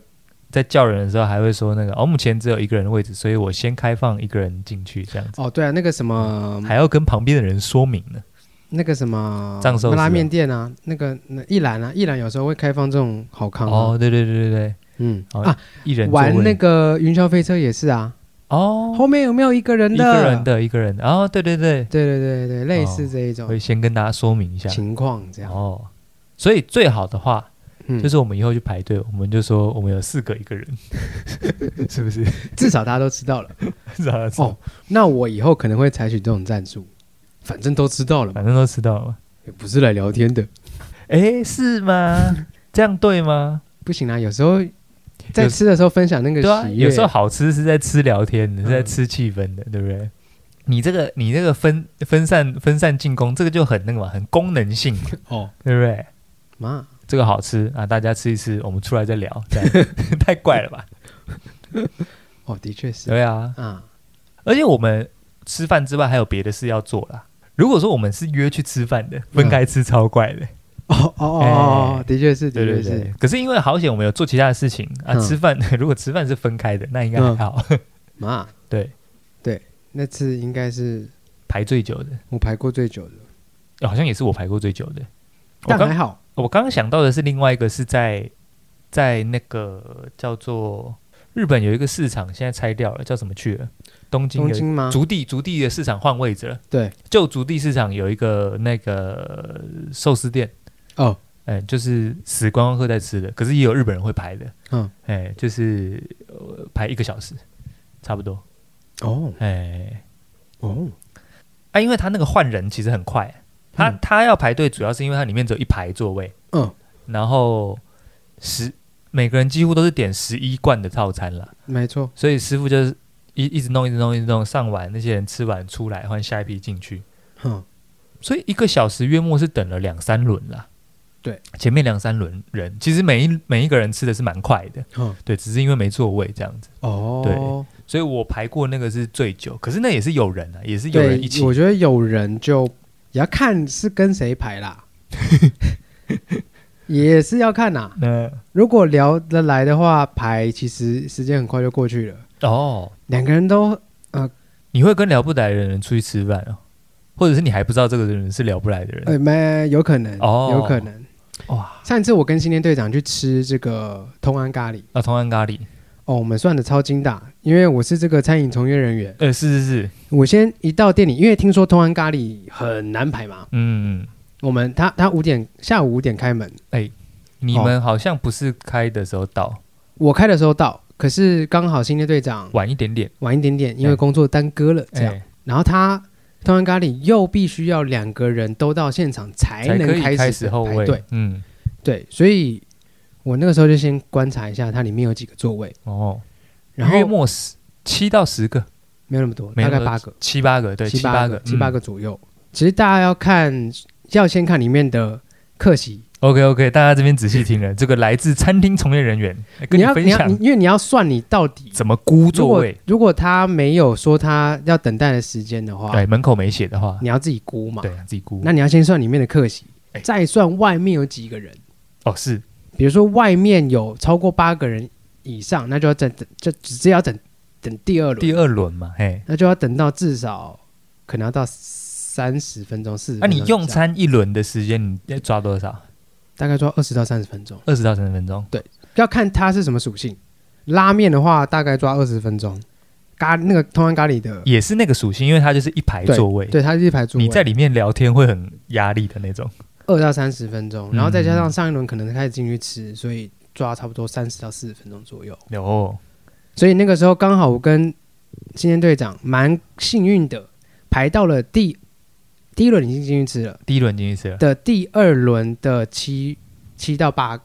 S1: 在叫人的时候还会说那个哦，目前只有一个人的位置，所以我先开放一个人进去这样子，
S2: 哦，对啊，那个什么，
S1: 还要跟旁边的人说明呢。
S2: 那个什么
S1: 藏寿司啊
S2: 拉面店啊，那个那一兰啊，一兰有时候会开放这种好康、啊、
S1: 哦哦，对对对对对，
S2: 嗯
S1: 哦
S2: 啊，
S1: 一人座位
S2: 玩那个云霄飞车也是啊，
S1: 哦，
S2: 后面有没有一个人
S1: 一
S2: 的？嗯
S1: 个人的一个人的哦，对对对，
S2: 对对对对，类似
S1: 哦
S2: 这一种
S1: 会先跟大家说明一下
S2: 情况这样。
S1: 哦。所以最好的话
S2: 嗯
S1: 就是我们以后去排队，我们就说我们有四个一个人， 是不是？
S2: 至少大家都知道了。
S1: 是啊是啊
S2: 哦，那我以后可能会采取这种战术，反正都知道了嘛，
S1: 反正都知道了嘛。
S2: 也不是来聊天的，
S1: 哎，是 吗？这样对吗？
S2: 不行啊。有时候在
S1: 有
S2: 吃的时候分享那个
S1: 对啊，
S2: 喜悦，
S1: 有时候好吃是在吃聊天的，是在
S2: 嗯
S1: 吃气氛的，对不对？你这个你这个分分散分散进攻，这个就很那个嘛，很功能性嘛，
S2: 哦
S1: 对不对？
S2: 妈，
S1: 这个好吃啊，大家吃一吃，我们出来再聊， 这样太怪了吧？
S2: 哦，的确是
S1: 对啊，
S2: 啊，
S1: 而且我们吃饭之外还有别的事要做啦。如果说我们是约去吃饭
S2: 嗯
S1: 的，分开吃超怪的，
S2: 哦哦哦哦
S1: 哎
S2: 哦，的确是，的
S1: 对
S2: 确
S1: 对
S2: 是
S1: 对。，可是因为好险我们有做其他的事情啊，
S2: 嗯
S1: 吃饭 如果吃饭是分开的，那应该还好。
S2: 妈，
S1: 对，
S2: 那次应该是
S1: 排最久的，
S2: 我排过最久的，
S1: 好像也是我排过最久的。我
S2: 但还
S1: 刚
S2: 好，
S1: 我刚刚想到的是另外一个是在在那个叫做日本有一个市场，现在拆掉了，叫什么去了？东京
S2: 东
S1: 有一个
S2: 京啊吗？
S1: 竹地竹地的市场换位置了。
S2: 对，
S1: 就竹地市场有一个那个寿司店，
S2: 哦，
S1: 哎、就是死观光客在吃的，可是也有日本人会排的，
S2: 嗯，
S1: 哎、就是、呃排一个小时，差不多，
S2: 哦
S1: 哎、
S2: 哦，
S1: 啊，因为他那个换人其实很快，他、
S2: 嗯
S1: 他要排队主要是因为它里面只有一排座位，
S2: 嗯，
S1: 然后十每个人几乎都是点十一罐的套餐啦，
S2: 没错，
S1: 所以师傅就是一一直弄一直弄一直弄，上完那些人吃完出来换下一批进去，
S2: 哼，
S1: 所以一个小时约莫是等了两三轮啦。
S2: 对，
S1: 前面两三轮人，其实每一每一个人吃的是蛮快的，
S2: 哼，
S1: 对，只是因为没座位这样子，
S2: 嗯哦，
S1: 所以我排过那个是最久，可是那也是有人啊，也是有
S2: 对
S1: 人一起，
S2: 我觉得有人就也要看是跟谁排啦， 也是要看呐、
S1: 那
S2: 如果聊得来的话，排其实时间很快就过去了。
S1: 哦，
S2: 两个人都
S1: 你会跟聊不来的人出去吃饭哦，或者是你还不知道这个人是聊不来的人，
S2: 呃没有可能，
S1: 哦
S2: 有可能。
S1: 哇，
S2: 上一次我跟新天队长去吃这个通安咖喱，
S1: 啊，同安咖喱，
S2: 哦，我们算的超精打，因为我是这个餐饮从业人员，
S1: 呃，是是是，
S2: 我先一到店里，因为听说通安咖喱很难排嘛，
S1: 嗯，嗯
S2: 我们他他五点下午五点开门，
S1: 你们好像不是开的时候到，
S2: 我开的时候到，可是刚好新天队长
S1: 晚一点点，
S2: 晚一点点，因为
S1: 嗯
S2: 工作耽搁了这样。
S1: 哎
S2: 然后他通完咖喱又必须要两个人都到现场才
S1: 才可
S2: 能
S1: 以
S2: 开
S1: 开
S2: 始
S1: 始
S2: 的
S1: 后
S2: 排队
S1: 位，，嗯，
S2: 对，所以我那个时候就先观察一下它里面有几个座位，
S1: 哦，
S2: 然后
S1: 约莫十七到十个，
S2: 没有那么多，
S1: 没
S2: 大
S1: 那么
S2: 概
S1: 多
S2: 八个，
S1: 七八个，对，七
S2: 八
S1: 个，嗯
S2: 七八个左右。其实大家要看，要先看里面的客席，
S1: OK OK，大家这边仔细听了，这个来自餐厅从业人 员来跟
S2: 你要
S1: 分
S2: 你要，
S1: 享
S2: 你因为你要算你到底。
S1: 怎么估
S2: 如
S1: 座
S2: 果
S1: 位，
S2: 如果他没有说他要等待的时间的话，
S1: 对，门口没写的话，
S2: 啊你要自己估嘛。
S1: 对，啊自己估。
S2: 那你要先算里面的客席
S1: 哎，
S2: 再算外面有几个人。
S1: 哦，是
S2: 比如说外面有超过八个人以上，那就要等，就直接要等等第二轮，
S1: 第二轮嘛，嘿，
S2: 那就要等到至少可能要到三十分钟、四十。
S1: 那你用餐一轮的时间，你要抓多少？
S2: 大概抓二十到三十分钟，
S1: 二十到三十分钟。
S2: 要看它是什么属性。拉面的话，大概抓二十分钟。咖那个通安咖喱的，
S1: 也是那个属性，因为它就是一排座位，
S2: 对，它是一排座位，
S1: 你在里面聊天会很压力的那种。
S2: 二到三十分钟，
S1: 嗯
S2: 然后再加上上一轮可能开始进去吃，所以抓差不多三十到四十分钟左右。
S1: 有
S2: 所以那个时候刚好我跟青年队长蛮幸运的，排到了第第一轮已经进去吃了
S1: 第一轮进去吃了，
S2: 的第二轮的七七到八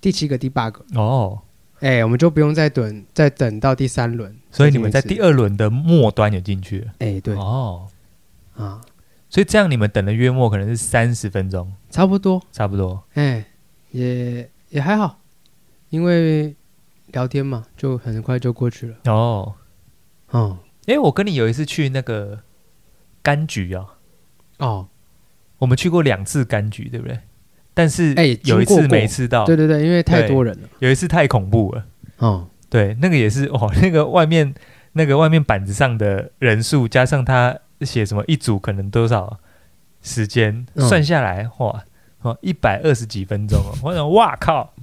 S2: 第七个第八个，
S1: 哦，
S2: 哎、我们就不用再等再等到第三轮。
S1: 所以你们在
S2: 再
S1: 第
S2: 进去
S1: 二轮的末端有进去了。
S2: 吃哎、对、
S1: 哦，
S2: 啊，
S1: 所以这样你们等了约莫可能是三十分钟，
S2: 差不多，
S1: 差不多。
S2: 哎、也也还好，因为聊天嘛，就很快就过去了。
S1: 哦，
S2: 哦
S1: 哎，我跟你有一次去那个柑橘哦，
S2: 哦，
S1: 我们去过两次柑橘，对不对？但是
S2: 哎
S1: 有一
S2: 经过
S1: 次
S2: 过
S1: 没吃到，
S2: 哦对对对，因为太
S1: 对
S2: 多人了。
S1: 有一次太恐怖了。
S2: 哦，
S1: 对，那个也是 哦，那个外面那个外面板子上的人数，加上他写什么一组可能多少时间，
S2: 嗯
S1: 啊算下来哇，哦一百二十几分钟哦，我想哇靠，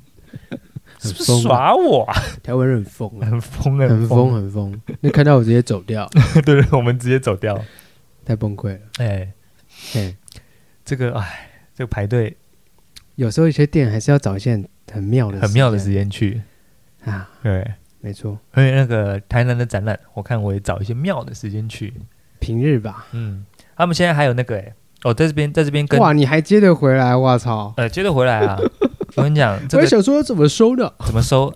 S1: 是不是耍我啊？
S2: 台湾人很疯啊，
S1: 很疯，
S2: 很
S1: 疯
S2: 疯，，啊很 疯。那看到我直接走掉，
S1: 对 对，对我们直接走掉。
S2: 太崩溃了。
S1: 哎，
S2: 对，
S1: 这个哎，这个排队
S2: 有时候有些店还是要找一些很很妙的、
S1: 很妙的时间去，
S2: 间啊，
S1: 对。
S2: 没错，
S1: 而且那个台南的展览，我看我也找一些妙的时间去。
S2: 平日吧。
S1: 嗯，他们现在还有那个哎、哦，在这边在这边跟
S2: 哇，你还接得回来？我操！
S1: 呃接着回来 啊，我跟你讲这个
S2: 哎我也想说怎么收的。
S1: 怎么收，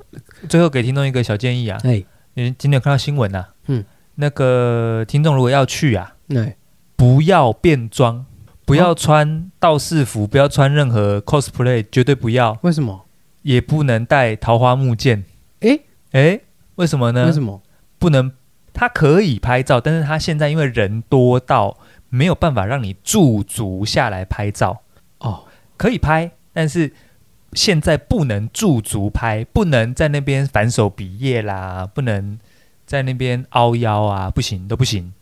S1: 最后给听众一个小建议啊，
S2: 哎，
S1: 你今天有看到新闻啊，
S2: 嗯，
S1: 那个听众如果要去啊，
S2: 那
S1: 不要变装，不
S2: 哦
S1: 要穿道士服，不要穿任何 cosplay，绝对不要，
S2: 为什么？
S1: 也不能戴桃花木剑。
S2: 哎
S1: 哎，为什么呢？
S2: 为什么？
S1: 不能，它可以拍照，但是它现在因为人多到没有办法让你驻足下来拍照，
S2: 哦，
S1: 可以拍，但是现在不能驻足拍，不能在那边反手比耶啦，不能在那边凹腰啊，不行，都不 行。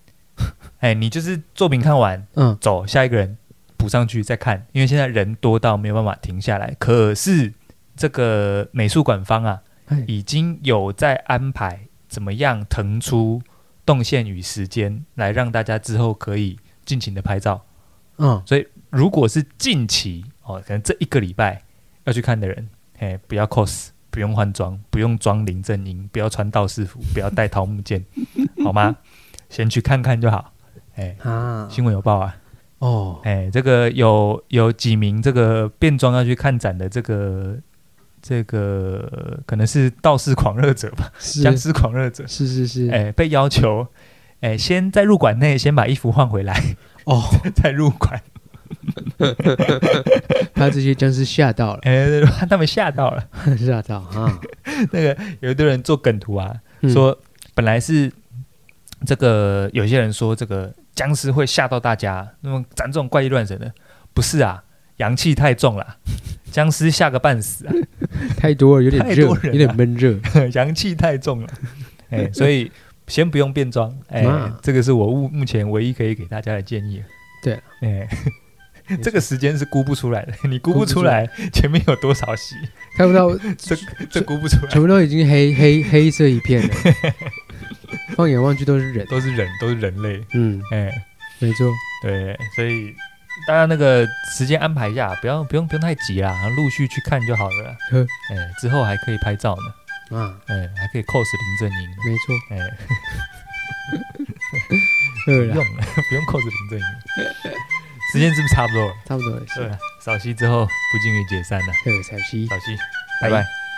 S1: 哎，你就是作品看完
S2: 嗯，
S1: 走，下一个人补上去再看，因为现在人多到没有办法停下来。可是这个美术馆方啊，
S2: 哎
S1: 已经有在安排怎么样腾出动线与时间，来让大家之后可以尽情的拍照。
S2: 嗯，
S1: 如果是近期哦，可能这一个礼拜要去看的人，哎，不要 cos，不用换装，不用装林正英，不要穿道士服，不要戴桃木剑，好吗？ 先去看看就好。哎，
S2: 啊，
S1: 新闻有报啊。
S2: 哦，
S1: 哎，这个有有几名这个变装要去看展的这个这个可能是道士狂热者吧，
S2: 是
S1: 僵尸狂热者，
S2: 是是是，
S1: 哎，被要求哎先在入馆内先把衣服换回来
S2: 哦，
S1: 再入馆，
S2: 他这些僵尸吓到了，
S1: 哎， 对他们吓到了。
S2: 吓到啊！
S1: 那个有一堆人做梗图啊，
S2: 嗯
S1: 说本来是这个有些人说这个僵尸会吓到大家，那么咱这种怪力乱神的，不是啊，阳气太重了，僵尸吓个半死啊。
S2: 太多了，有点
S1: 太
S2: 热
S1: 多，人
S2: 有点闷热。
S1: 阳气太重了，哎、所以先不用变装，哎、
S2: 啊
S1: 这个是我目目前唯一可以给大家的建议。
S2: 对，
S1: 哎、
S2: 没错
S1: 这个时间是估不出来的，你估
S2: 估
S1: 不
S2: 不出
S1: 出来前面有多少席，
S2: 看不到，
S1: 这 这估不出来
S2: 全，部都已经 黑黑黑色一片了，放眼望去都是人。
S1: 都是人，都是人类，
S2: 嗯，
S1: 哎、
S2: 没错，
S1: 对，所以大家那个时间安排一下，不要不用不用太急啦，陆续去看就好了啦。
S2: 呵
S1: 哎、之后还可以拍照呢，
S2: 啊，
S1: 哎、还可以 cos 林正英呢，哎、
S2: 没错，对
S1: 不
S2: 啊了
S1: 用，了， 不用扣着林正英。时间是不是差不多了？
S2: 差不多了，
S1: 对，扫息之后不进于解散了。
S2: 对，彩西，
S1: 扫息，拜
S2: 拜
S1: 拜。